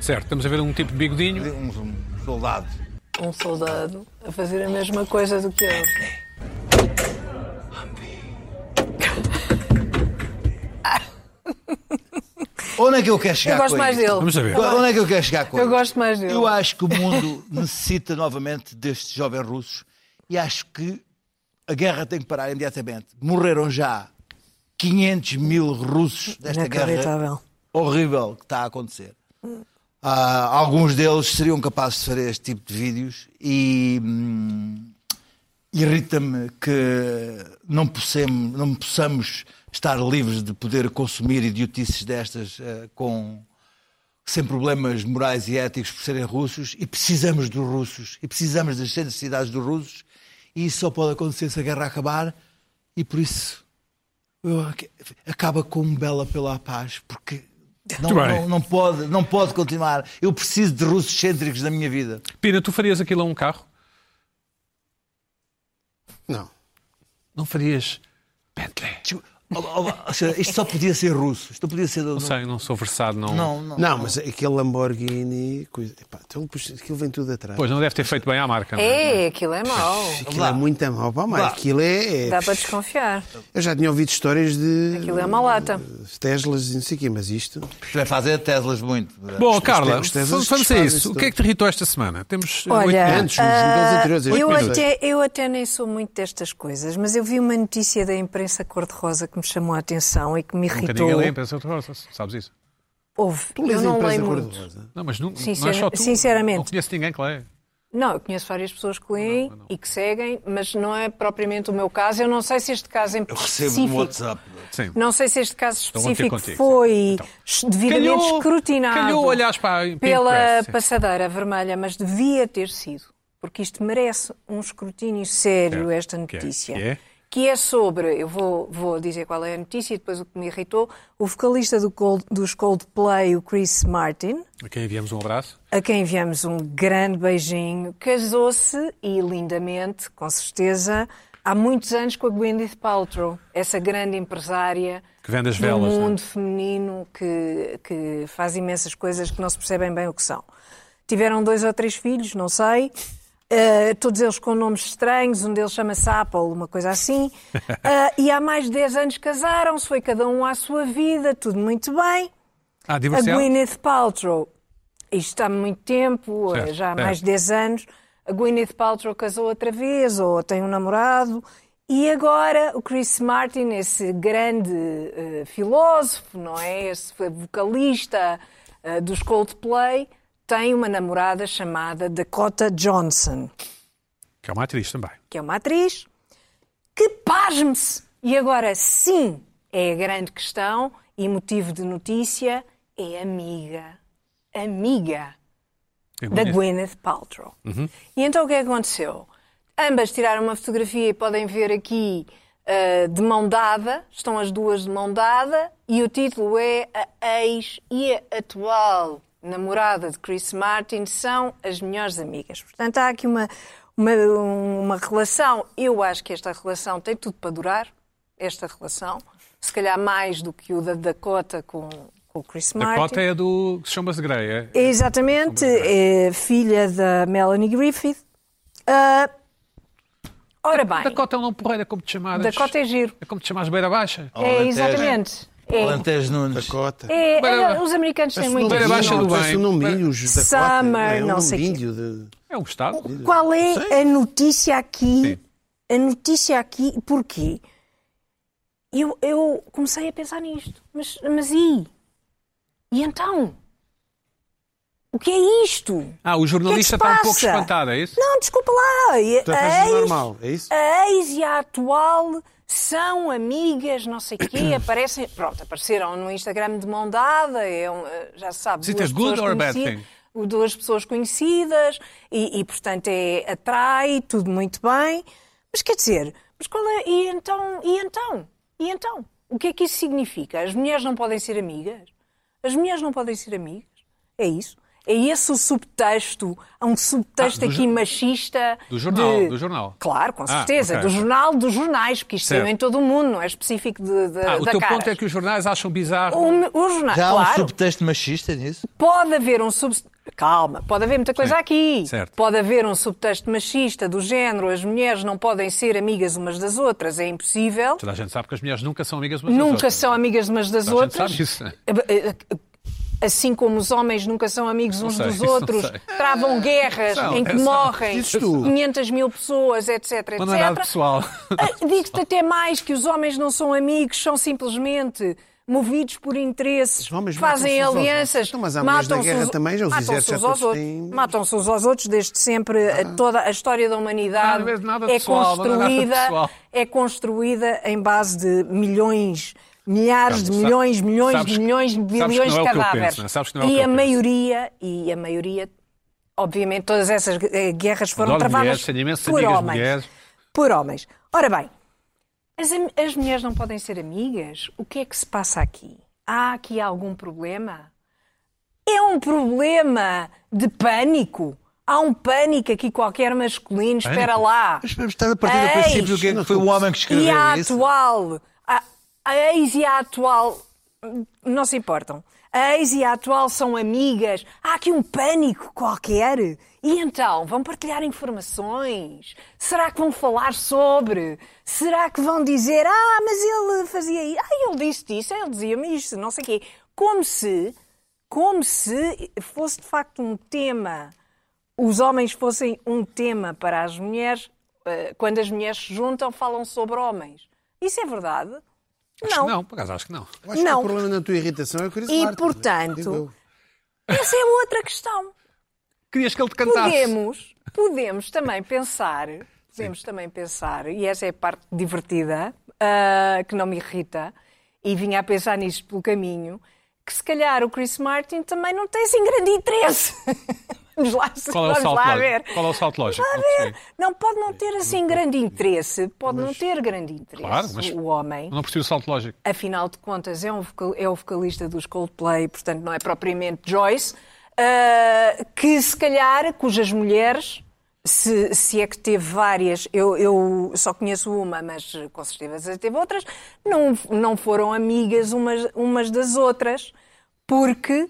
[SPEAKER 1] Certo, estamos a ver um tipo de bigodinho.
[SPEAKER 4] Um, um soldado.
[SPEAKER 3] Um soldado a fazer a mesma coisa do que eu.
[SPEAKER 4] Onde é que eu quero chegar
[SPEAKER 3] Eu gosto
[SPEAKER 4] com
[SPEAKER 3] mais
[SPEAKER 4] isto?
[SPEAKER 3] dele.
[SPEAKER 1] Vamos a ver.
[SPEAKER 3] Eu
[SPEAKER 4] Onde é que eu quero chegar com
[SPEAKER 3] Eu
[SPEAKER 4] isto?
[SPEAKER 3] gosto mais dele.
[SPEAKER 4] Eu acho que o mundo necessita novamente destes jovens russos e acho que a guerra tem que parar imediatamente. Morreram já 500 mil russos desta guerra
[SPEAKER 3] Inacreditável.
[SPEAKER 4] horrível que está a acontecer. Ah, alguns deles seriam capazes de fazer este tipo de vídeos e hum, irrita-me que não possamos, não possamos estar livres de poder consumir idiotices destas ah, com sem problemas morais e éticos por serem russos e precisamos dos russos e precisamos das necessidades dos russos e isso só pode acontecer se a guerra acabar e por isso eu ac- acaba com um belo apelo à paz porque Não,
[SPEAKER 1] Muito bem.
[SPEAKER 4] não, não pode, não pode continuar. Eu preciso de russos cêntricos na minha vida.
[SPEAKER 1] Pina, tu farias aquilo a um carro?
[SPEAKER 2] Não.
[SPEAKER 1] Não farias Bentley?
[SPEAKER 4] Desculpa, Tipo, ó, ó, ó, senhora, Isto só podia ser russo. Isto não podia ser.
[SPEAKER 1] Não sei, não sou versado, não.
[SPEAKER 4] Não, não.
[SPEAKER 2] Não, mas aquele Lamborghini. Coisa, epá, então, pois, aquilo vem tudo atrás.
[SPEAKER 1] Pois, não deve ter feito bem à marca. não é?
[SPEAKER 3] É, aquilo é mau.
[SPEAKER 2] aquilo é
[SPEAKER 4] Vá.
[SPEAKER 2] muito mal. Pá, mas
[SPEAKER 4] Vá.
[SPEAKER 2] aquilo é. é-
[SPEAKER 3] Dá para desconfiar.
[SPEAKER 2] Eu já tinha ouvido histórias de
[SPEAKER 3] Aquilo é uma lata.
[SPEAKER 2] Teslas e não sei o quê, mas isto.
[SPEAKER 4] Vai fazer Teslas muito. é?
[SPEAKER 1] Bom, Carla,
[SPEAKER 2] os testes
[SPEAKER 1] vamos vamos a
[SPEAKER 2] desfazem-se
[SPEAKER 1] isso. O
[SPEAKER 2] tudo.
[SPEAKER 1] que é que te irritou esta semana? Temos eh, oito
[SPEAKER 3] Olha, ah,
[SPEAKER 1] minutos.
[SPEAKER 2] Antes, nos jogos anteriores, este
[SPEAKER 3] eu,
[SPEAKER 2] minuto.
[SPEAKER 3] até, eu até nem sou muito destas coisas, mas eu vi uma notícia da imprensa cor-de-rosa que me chamou a atenção e que me
[SPEAKER 1] Nunca
[SPEAKER 3] irritou.
[SPEAKER 1] ninguém lê, pensa outra coisa, sabes isso?
[SPEAKER 3] Houve.
[SPEAKER 2] Lês
[SPEAKER 3] Eu
[SPEAKER 2] a
[SPEAKER 3] não
[SPEAKER 2] imprensa
[SPEAKER 3] leio muito.
[SPEAKER 2] cor-de-rosa?
[SPEAKER 1] Não, mas não, não é
[SPEAKER 3] Sincera-
[SPEAKER 1] só tu.
[SPEAKER 3] sinceramente.
[SPEAKER 1] Não conheço ninguém que lê.
[SPEAKER 3] Não, eu conheço várias pessoas que leem e que seguem, mas não é propriamente o meu caso. Eu não sei se este caso em
[SPEAKER 4] Eu recebo
[SPEAKER 3] específico,
[SPEAKER 4] um WhatsApp.
[SPEAKER 1] Sim.
[SPEAKER 3] não sei se este caso
[SPEAKER 1] vão Então, ter
[SPEAKER 3] específico
[SPEAKER 1] contigo, sim.
[SPEAKER 3] foi
[SPEAKER 1] Então.
[SPEAKER 3] es- devidamente
[SPEAKER 1] Calhou-
[SPEAKER 3] escrutinado
[SPEAKER 1] calhou olhares para a Pink
[SPEAKER 3] pela
[SPEAKER 1] Press, sim.
[SPEAKER 3] passadeira vermelha, mas devia ter sido, porque isto merece um escrutínio sério,
[SPEAKER 1] Certo.
[SPEAKER 3] esta
[SPEAKER 1] Que é-
[SPEAKER 3] notícia.
[SPEAKER 1] que é?
[SPEAKER 3] que é sobre, eu vou, vou dizer qual é a notícia e depois o que me irritou, o vocalista do Cold, dos Coldplay, o Chris Martin,
[SPEAKER 1] A quem enviamos um abraço?
[SPEAKER 3] a quem enviamos um grande beijinho, casou-se, e lindamente, com certeza, há muitos anos com a Gwyneth Paltrow, essa grande empresária
[SPEAKER 1] Que vende as
[SPEAKER 3] do
[SPEAKER 1] velas,
[SPEAKER 3] mundo
[SPEAKER 1] não é?
[SPEAKER 3] feminino que, que faz imensas coisas que não se percebem bem o que são. Tiveram dois ou três filhos, não sei, eh, todos eles com nomes estranhos, um deles chama-se Apple, uma coisa assim, Eh, e há mais de 10 anos casaram-se, foi cada um à sua vida, tudo muito bem.
[SPEAKER 1] Ah,
[SPEAKER 3] A
[SPEAKER 1] divorciado?
[SPEAKER 3] Gwyneth Paltrow, isto há muito tempo, eh,
[SPEAKER 1] Certo,
[SPEAKER 3] já há mais
[SPEAKER 1] certo.
[SPEAKER 3] de 10 anos, a Gwyneth Paltrow casou outra vez ou tem um namorado. E agora o Chris Martin, esse grande eh, filósofo, não é? Esse vocalista eh, dos Coldplay, tem uma namorada chamada Dakota Johnson
[SPEAKER 1] Que é uma atriz também.
[SPEAKER 3] que é uma atriz, que pasme-se! E agora sim é a grande questão e motivo de notícia é amiga. Amiga
[SPEAKER 1] Eu
[SPEAKER 3] da
[SPEAKER 1] conheço.
[SPEAKER 3] Gwyneth Paltrow. E então o que é que aconteceu? Ambas tiraram uma fotografia e podem ver aqui ah, de mão dada, estão as duas de mão dada, e o título é A ex e a atual namorada de Chris Martin são as melhores amigas. Portanto, há aqui uma, uma, uma relação, eu acho que esta relação tem tudo para durar, esta relação, se calhar mais do que o da Dakota com, com o Chris Martin.
[SPEAKER 1] Dakota é do que se chama de Grey, é?
[SPEAKER 3] Exatamente, é filha da Melanie Griffith. Ah, ora bem, Dakota,
[SPEAKER 1] Dakota é um nome porreira, como te chamares.
[SPEAKER 3] é giro.
[SPEAKER 1] É como te chamas Beira Baixa.
[SPEAKER 3] É, exatamente. É.
[SPEAKER 4] Alentejo Nunes.
[SPEAKER 2] Dakota.
[SPEAKER 3] É,
[SPEAKER 1] Beira-
[SPEAKER 3] é, os americanos têm muito
[SPEAKER 1] Beira
[SPEAKER 3] isso.
[SPEAKER 1] Baixa do
[SPEAKER 2] Parece
[SPEAKER 1] bem.
[SPEAKER 2] um nome índio, os Dakota,
[SPEAKER 3] Summer,
[SPEAKER 2] é um
[SPEAKER 3] não
[SPEAKER 2] nome
[SPEAKER 3] sei quê.
[SPEAKER 2] índio de-
[SPEAKER 1] É um Gustavo.
[SPEAKER 3] Qual é a notícia aqui?
[SPEAKER 1] Sim.
[SPEAKER 3] A notícia aqui, porquê? Eu, eu comecei a pensar nisto, mas, mas e? E então? O que é isto?
[SPEAKER 1] Ah, o jornalista
[SPEAKER 3] O que é
[SPEAKER 1] está
[SPEAKER 3] que se
[SPEAKER 1] um pouco
[SPEAKER 3] passa?
[SPEAKER 1] espantado, é isso?
[SPEAKER 3] Não, desculpa lá. Então,
[SPEAKER 2] Portanto,
[SPEAKER 3] A
[SPEAKER 2] faz
[SPEAKER 3] ex,
[SPEAKER 2] normal, é isso?
[SPEAKER 3] a ex e a atual são amigas, não sei o quê, aparecem, pronto, apareceram no Instagram de mão dada, é um, eh, já se sabe,
[SPEAKER 1] Is it
[SPEAKER 3] duas
[SPEAKER 1] a good
[SPEAKER 3] pessoas
[SPEAKER 1] or a bad
[SPEAKER 3] conhecidas-
[SPEAKER 1] thing?
[SPEAKER 3] o- duas pessoas conhecidas e, e, portanto, é, atrai, tudo muito bem. Mas quer dizer, mas qual é, e então, e então, e então? O que é que isso significa? As mulheres não podem ser amigas? As mulheres não podem ser amigas? É isso? É esse o subtexto? Há um subtexto
[SPEAKER 1] Ah, do
[SPEAKER 3] aqui
[SPEAKER 1] jo-
[SPEAKER 3] machista?
[SPEAKER 1] do jornal,
[SPEAKER 3] de-
[SPEAKER 1] do jornal.
[SPEAKER 3] Claro, com
[SPEAKER 1] Ah,
[SPEAKER 3] certeza.
[SPEAKER 1] ok,
[SPEAKER 3] do
[SPEAKER 1] ok.
[SPEAKER 3] jornal, dos jornais, porque isto
[SPEAKER 1] Certo.
[SPEAKER 3] saiu em todo o mundo, não é específico de, de,
[SPEAKER 1] Ah, o
[SPEAKER 3] da
[SPEAKER 1] teu
[SPEAKER 3] Caras.
[SPEAKER 1] ponto é que os jornais acham bizarro.
[SPEAKER 3] O, me- o jornal,
[SPEAKER 1] é
[SPEAKER 4] Já há um
[SPEAKER 3] Ah, claro,
[SPEAKER 4] subtexto machista nisso?
[SPEAKER 3] pode haver um sub... Calma, pode haver muita coisa
[SPEAKER 1] Sim,
[SPEAKER 3] aqui.
[SPEAKER 1] certo.
[SPEAKER 3] Pode haver um subtexto machista do género as mulheres não podem ser amigas umas das outras, é impossível.
[SPEAKER 1] Toda a gente sabe que as mulheres nunca são amigas umas das
[SPEAKER 3] Nunca
[SPEAKER 1] outras.
[SPEAKER 3] são amigas umas das
[SPEAKER 1] Toda a gente
[SPEAKER 3] outras.
[SPEAKER 1] sabe
[SPEAKER 3] Eh,
[SPEAKER 1] isso, né?
[SPEAKER 3] Assim como os homens nunca são amigos uns
[SPEAKER 1] sei,
[SPEAKER 3] dos
[SPEAKER 1] isso não
[SPEAKER 3] outros,
[SPEAKER 1] sei.
[SPEAKER 3] travam guerras
[SPEAKER 1] São,
[SPEAKER 3] em que
[SPEAKER 1] é, são.
[SPEAKER 3] morrem
[SPEAKER 2] Dizes tu.
[SPEAKER 3] 500 mil pessoas, etc.
[SPEAKER 1] Mas não é nada
[SPEAKER 3] etc.
[SPEAKER 1] pessoal.
[SPEAKER 3] Ah, Digo-te até mais que os homens não são amigos, são simplesmente movidos por interesses,
[SPEAKER 2] Os homens
[SPEAKER 3] fazem
[SPEAKER 2] matam-se uns aos
[SPEAKER 3] alianças,
[SPEAKER 2] outros. Então, mas há mulheres da
[SPEAKER 3] matam-se
[SPEAKER 2] guerra
[SPEAKER 3] uns-
[SPEAKER 2] também, já os
[SPEAKER 3] matam-se
[SPEAKER 2] exércitos já
[SPEAKER 3] uns aos
[SPEAKER 2] todos
[SPEAKER 3] outros.
[SPEAKER 2] têm- Ah.
[SPEAKER 3] Matam-se uns aos outros desde sempre. A- Toda a história da humanidade
[SPEAKER 1] Nada- nada
[SPEAKER 3] é
[SPEAKER 1] pessoal, não é nada
[SPEAKER 3] construída
[SPEAKER 1] pessoal.
[SPEAKER 3] é construída em base de milhões, milhares de
[SPEAKER 1] Sabe-
[SPEAKER 3] milhões, milhões
[SPEAKER 1] sabes
[SPEAKER 3] de
[SPEAKER 1] que-
[SPEAKER 3] milhões,
[SPEAKER 1] sabes que não
[SPEAKER 3] bilhões
[SPEAKER 1] é
[SPEAKER 3] de
[SPEAKER 1] o que eu penso,
[SPEAKER 3] cadáveres.
[SPEAKER 1] não é? Sabes que não é o
[SPEAKER 3] e
[SPEAKER 1] que eu
[SPEAKER 3] a
[SPEAKER 1] penso.
[SPEAKER 3] maioria, e a maioria, obviamente, todas essas eh, guerras foram
[SPEAKER 1] Adoro
[SPEAKER 3] travadas
[SPEAKER 1] mulheres, tenho imensas
[SPEAKER 3] por
[SPEAKER 1] amigas
[SPEAKER 3] homens.
[SPEAKER 1] mulheres.
[SPEAKER 3] Por homens. Ora bem, as, am- as mulheres não podem ser amigas? O que é que se passa aqui? Há há aqui algum problema? É um problema de pânico. Há um pânico aqui qualquer masculino, espera lá.
[SPEAKER 4] Mas vamos estar a partir do
[SPEAKER 3] Eis.
[SPEAKER 4] princípio que é que foi o homem que escreveu
[SPEAKER 3] E a
[SPEAKER 4] isso.
[SPEAKER 3] atual, a, a ex e a atual hum, não se importam. A ex e a atual são amigas. Há aqui um pânico qualquer. E então, vão partilhar informações? Será que vão falar sobre? Será que vão dizer, ah, mas ele fazia isso, ah, ele disse isso, ele dizia-me isto, não sei o quê. Como se, como se fosse de facto um tema os homens fossem um tema para as mulheres, eh, quando as mulheres se juntam, falam sobre homens. Isso é verdade?
[SPEAKER 1] Acho
[SPEAKER 3] não.
[SPEAKER 1] que não, por acaso acho que não.
[SPEAKER 2] Eu acho que
[SPEAKER 3] Não.
[SPEAKER 2] o problema da tua irritação é o Chris
[SPEAKER 3] E,
[SPEAKER 2] Martin,
[SPEAKER 3] portanto,
[SPEAKER 2] digo eu.
[SPEAKER 3] Essa é outra questão.
[SPEAKER 1] Querias que ele te cantasse.
[SPEAKER 3] Podemos, podemos também pensar, podemos também pensar, e essa é a parte divertida, ah, que não me irrita, e vinha a pensar nisto pelo caminho, que se calhar o Chris Martin também não tem assim grande interesse. vamos lá,
[SPEAKER 1] Qual é o
[SPEAKER 3] vamos
[SPEAKER 1] salto
[SPEAKER 3] lá ver.
[SPEAKER 1] lógico? Qual é o salto lógico?
[SPEAKER 3] Está a
[SPEAKER 1] Não
[SPEAKER 3] ver?
[SPEAKER 1] percebi.
[SPEAKER 3] Não pode não ter assim grande interesse, pode não ter grande interesse
[SPEAKER 1] Claro, mas-
[SPEAKER 3] o homem.
[SPEAKER 1] Não percebi o salto lógico.
[SPEAKER 3] Afinal de contas, é, um vocal- é o vocalista dos Coldplay, portanto não é propriamente Joyce, ah, que se calhar, cujas mulheres, se, se é que teve várias, eu, eu só conheço uma, mas eh, com certeza teve outras, não, não foram amigas umas, umas das outras, porque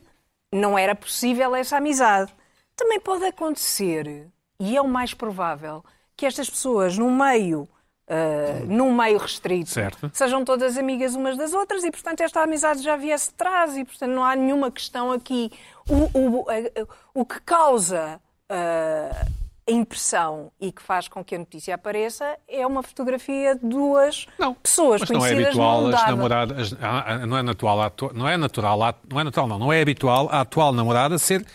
[SPEAKER 3] não era possível essa amizade. Também pode acontecer, e é o mais provável, que estas pessoas, no meio, ah, num meio restrito,
[SPEAKER 1] Certo.
[SPEAKER 3] sejam todas amigas umas das outras e, portanto, esta amizade já viesse de trás e, portanto, não há nenhuma questão aqui. O, o, a- a- o que causa ah, a impressão e que faz com que a notícia apareça é uma fotografia de duas
[SPEAKER 1] Não.
[SPEAKER 3] pessoas
[SPEAKER 1] Mas não é
[SPEAKER 3] conhecidas
[SPEAKER 1] habitual
[SPEAKER 3] não
[SPEAKER 1] as
[SPEAKER 3] dava.
[SPEAKER 1] namoradas, as- a- a- não é natural, a atua- não é natural, a- não é natural não, não é habitual a atual namorada ser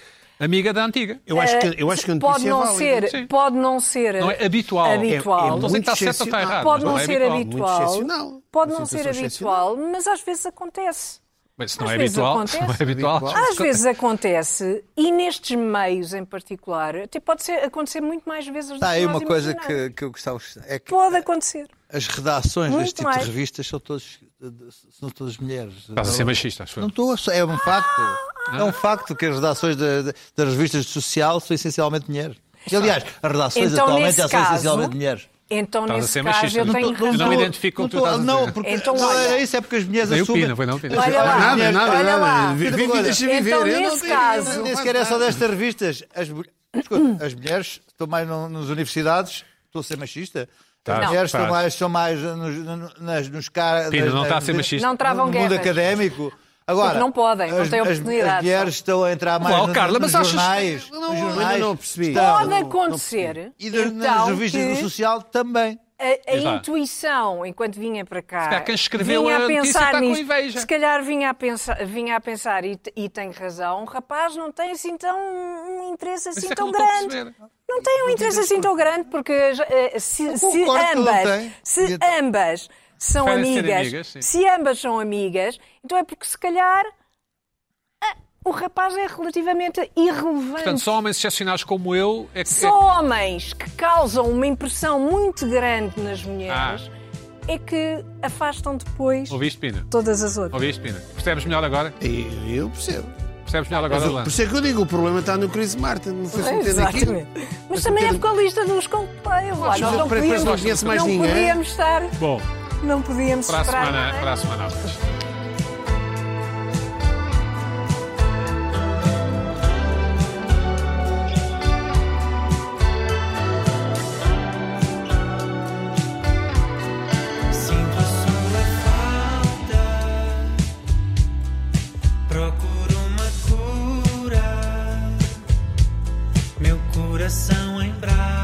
[SPEAKER 1] amiga da antiga.
[SPEAKER 2] Eu acho que, eu acho que a notícia
[SPEAKER 3] Eh, pode não
[SPEAKER 2] é válida.
[SPEAKER 3] ser,
[SPEAKER 1] Sim.
[SPEAKER 3] pode não ser
[SPEAKER 1] Não é habitual.
[SPEAKER 3] habitual.
[SPEAKER 2] É- é
[SPEAKER 1] Não estou a dizer que está certo ou está errado.
[SPEAKER 3] pode
[SPEAKER 1] mas
[SPEAKER 3] não,
[SPEAKER 1] é
[SPEAKER 3] ser
[SPEAKER 1] habitual.
[SPEAKER 2] muito
[SPEAKER 3] habitual,
[SPEAKER 2] excepcional.
[SPEAKER 3] pode
[SPEAKER 2] Uma
[SPEAKER 3] não ser
[SPEAKER 2] situação
[SPEAKER 3] habitual, mas às vezes acontece.
[SPEAKER 1] Mas se não
[SPEAKER 3] Às
[SPEAKER 1] é
[SPEAKER 3] vezes
[SPEAKER 1] habitual, se
[SPEAKER 3] acontece. Ah,
[SPEAKER 1] não é habitual. acho
[SPEAKER 3] Às
[SPEAKER 1] que-
[SPEAKER 3] vezes acontece, e nestes meios em particular, até pode ser- acontecer muito mais vezes do
[SPEAKER 4] Está Tá aí
[SPEAKER 3] que nós
[SPEAKER 4] é uma coisa que,
[SPEAKER 3] imaginamos.
[SPEAKER 4] que eu gostava de é que
[SPEAKER 3] Pode acontecer.
[SPEAKER 4] as redações
[SPEAKER 3] Muito
[SPEAKER 4] deste tipo
[SPEAKER 3] mais.
[SPEAKER 4] de revistas são todas, são todas mulheres.
[SPEAKER 1] Estás a ser machista, acho
[SPEAKER 4] Não
[SPEAKER 1] eu.
[SPEAKER 4] estou, é um facto.
[SPEAKER 3] Ah,
[SPEAKER 4] É um facto que as redações da- da- das revistas de social são essencialmente mulheres. E, aliás, as redações
[SPEAKER 3] Então,
[SPEAKER 4] atualmente
[SPEAKER 3] nesse
[SPEAKER 4] já são
[SPEAKER 3] caso,
[SPEAKER 4] essencialmente mulheres.
[SPEAKER 3] Então,
[SPEAKER 1] Estás a
[SPEAKER 3] nesse
[SPEAKER 1] ser
[SPEAKER 3] caso,
[SPEAKER 1] machista,
[SPEAKER 3] eu
[SPEAKER 1] não
[SPEAKER 3] tenho
[SPEAKER 1] estou- não
[SPEAKER 3] razão.
[SPEAKER 1] me identifico com o que tu
[SPEAKER 4] estou-
[SPEAKER 1] estás a
[SPEAKER 4] Não,
[SPEAKER 1] dizer.
[SPEAKER 4] porque
[SPEAKER 3] Então,
[SPEAKER 4] não
[SPEAKER 3] olha.
[SPEAKER 4] era isso, é porque as mulheres
[SPEAKER 1] Nem
[SPEAKER 4] assumem.
[SPEAKER 1] opina, foi, não opina.
[SPEAKER 3] Olha
[SPEAKER 1] Olha
[SPEAKER 3] lá.
[SPEAKER 2] Nada, nada,
[SPEAKER 3] Olha lá.
[SPEAKER 2] nada. Vivi,
[SPEAKER 4] Agora,
[SPEAKER 2] deixa viver.
[SPEAKER 3] então,
[SPEAKER 2] Eu não
[SPEAKER 3] nesse
[SPEAKER 2] tenho-
[SPEAKER 3] caso-
[SPEAKER 2] não
[SPEAKER 4] Nem
[SPEAKER 2] faço
[SPEAKER 4] sequer é só
[SPEAKER 2] nada.
[SPEAKER 4] destas revistas. As, mu- escuta, as mulheres estão mais no- nas universidades. Estou a ser machista.
[SPEAKER 1] Tá,
[SPEAKER 4] as mulheres
[SPEAKER 1] tá.
[SPEAKER 4] estão mais, estão mais nos, nas, nos caras.
[SPEAKER 1] Pina, não está a ser machista.
[SPEAKER 3] Não travam
[SPEAKER 4] no mundo
[SPEAKER 3] guerras.
[SPEAKER 4] académico. Agora,
[SPEAKER 3] Porque não podem, não
[SPEAKER 4] as-
[SPEAKER 3] têm
[SPEAKER 4] as-
[SPEAKER 3] oportunidade,
[SPEAKER 4] As mulheres estão a entrar mais
[SPEAKER 1] Uau,
[SPEAKER 4] no-
[SPEAKER 1] Carla,
[SPEAKER 4] nos
[SPEAKER 1] mas achas-
[SPEAKER 4] jornais.
[SPEAKER 1] Não,
[SPEAKER 4] nos
[SPEAKER 1] ainda
[SPEAKER 4] jornais
[SPEAKER 2] não percebi.
[SPEAKER 4] estão.
[SPEAKER 2] Não,
[SPEAKER 3] Pode
[SPEAKER 2] não
[SPEAKER 3] acontecer.
[SPEAKER 4] E das- nas
[SPEAKER 3] então,
[SPEAKER 4] revistas
[SPEAKER 3] que
[SPEAKER 4] do social também.
[SPEAKER 3] a, a
[SPEAKER 1] Diz lá.
[SPEAKER 3] intuição, enquanto vinha para cá,
[SPEAKER 1] calhar quem escreveu
[SPEAKER 3] vinha
[SPEAKER 1] a notícia
[SPEAKER 3] pensar
[SPEAKER 1] está com
[SPEAKER 3] nisto.
[SPEAKER 1] inveja.
[SPEAKER 3] Se calhar vinha a pensar, vinha a pensar e, te- e tem razão, o rapaz não tem assim tão um interesse assim
[SPEAKER 1] Isso é que
[SPEAKER 3] tão
[SPEAKER 1] não estou a
[SPEAKER 3] grande.
[SPEAKER 1] perceber.
[SPEAKER 3] Não tem um interesse assim tão grande, porque eh, se, se
[SPEAKER 4] concordo que não
[SPEAKER 3] ambas,
[SPEAKER 4] tem. E
[SPEAKER 3] se
[SPEAKER 4] então?
[SPEAKER 3] ambas são
[SPEAKER 1] Preferem ser
[SPEAKER 3] amigas,
[SPEAKER 1] amigas, sim.
[SPEAKER 3] se ambas são amigas, então é porque se calhar ah, o rapaz é relativamente irrelevante.
[SPEAKER 1] Portanto, só homens excepcionais como eu é que.
[SPEAKER 3] Só homens que causam uma impressão muito grande nas
[SPEAKER 1] Ah,
[SPEAKER 3] mulheres é que afastam depois
[SPEAKER 1] É... Ouviste, Pina?
[SPEAKER 3] todas as outras.
[SPEAKER 1] Ouviste, Pina? Percebes melhor agora?
[SPEAKER 2] Eu- Eu percebo.
[SPEAKER 1] Percebes melhor agora, Alain?
[SPEAKER 2] Por isso é que eu digo, o problema está no Chris Martin. Não foi
[SPEAKER 3] É,
[SPEAKER 2] sentido aquilo.
[SPEAKER 3] Mas também é vocalista dos Coldplay. Lá,
[SPEAKER 2] mas
[SPEAKER 3] nós não
[SPEAKER 2] para- para-
[SPEAKER 3] podíamos,
[SPEAKER 2] não conheço mais
[SPEAKER 3] não
[SPEAKER 2] ninguém.
[SPEAKER 3] podíamos estar,
[SPEAKER 1] Bom,
[SPEAKER 3] não podíamos
[SPEAKER 1] para a
[SPEAKER 3] esperar
[SPEAKER 1] semana,
[SPEAKER 3] nada.
[SPEAKER 1] para a semana. há mais.
[SPEAKER 8] Sinto a sua falta. Procuro uma cura. Meu coração em brasa.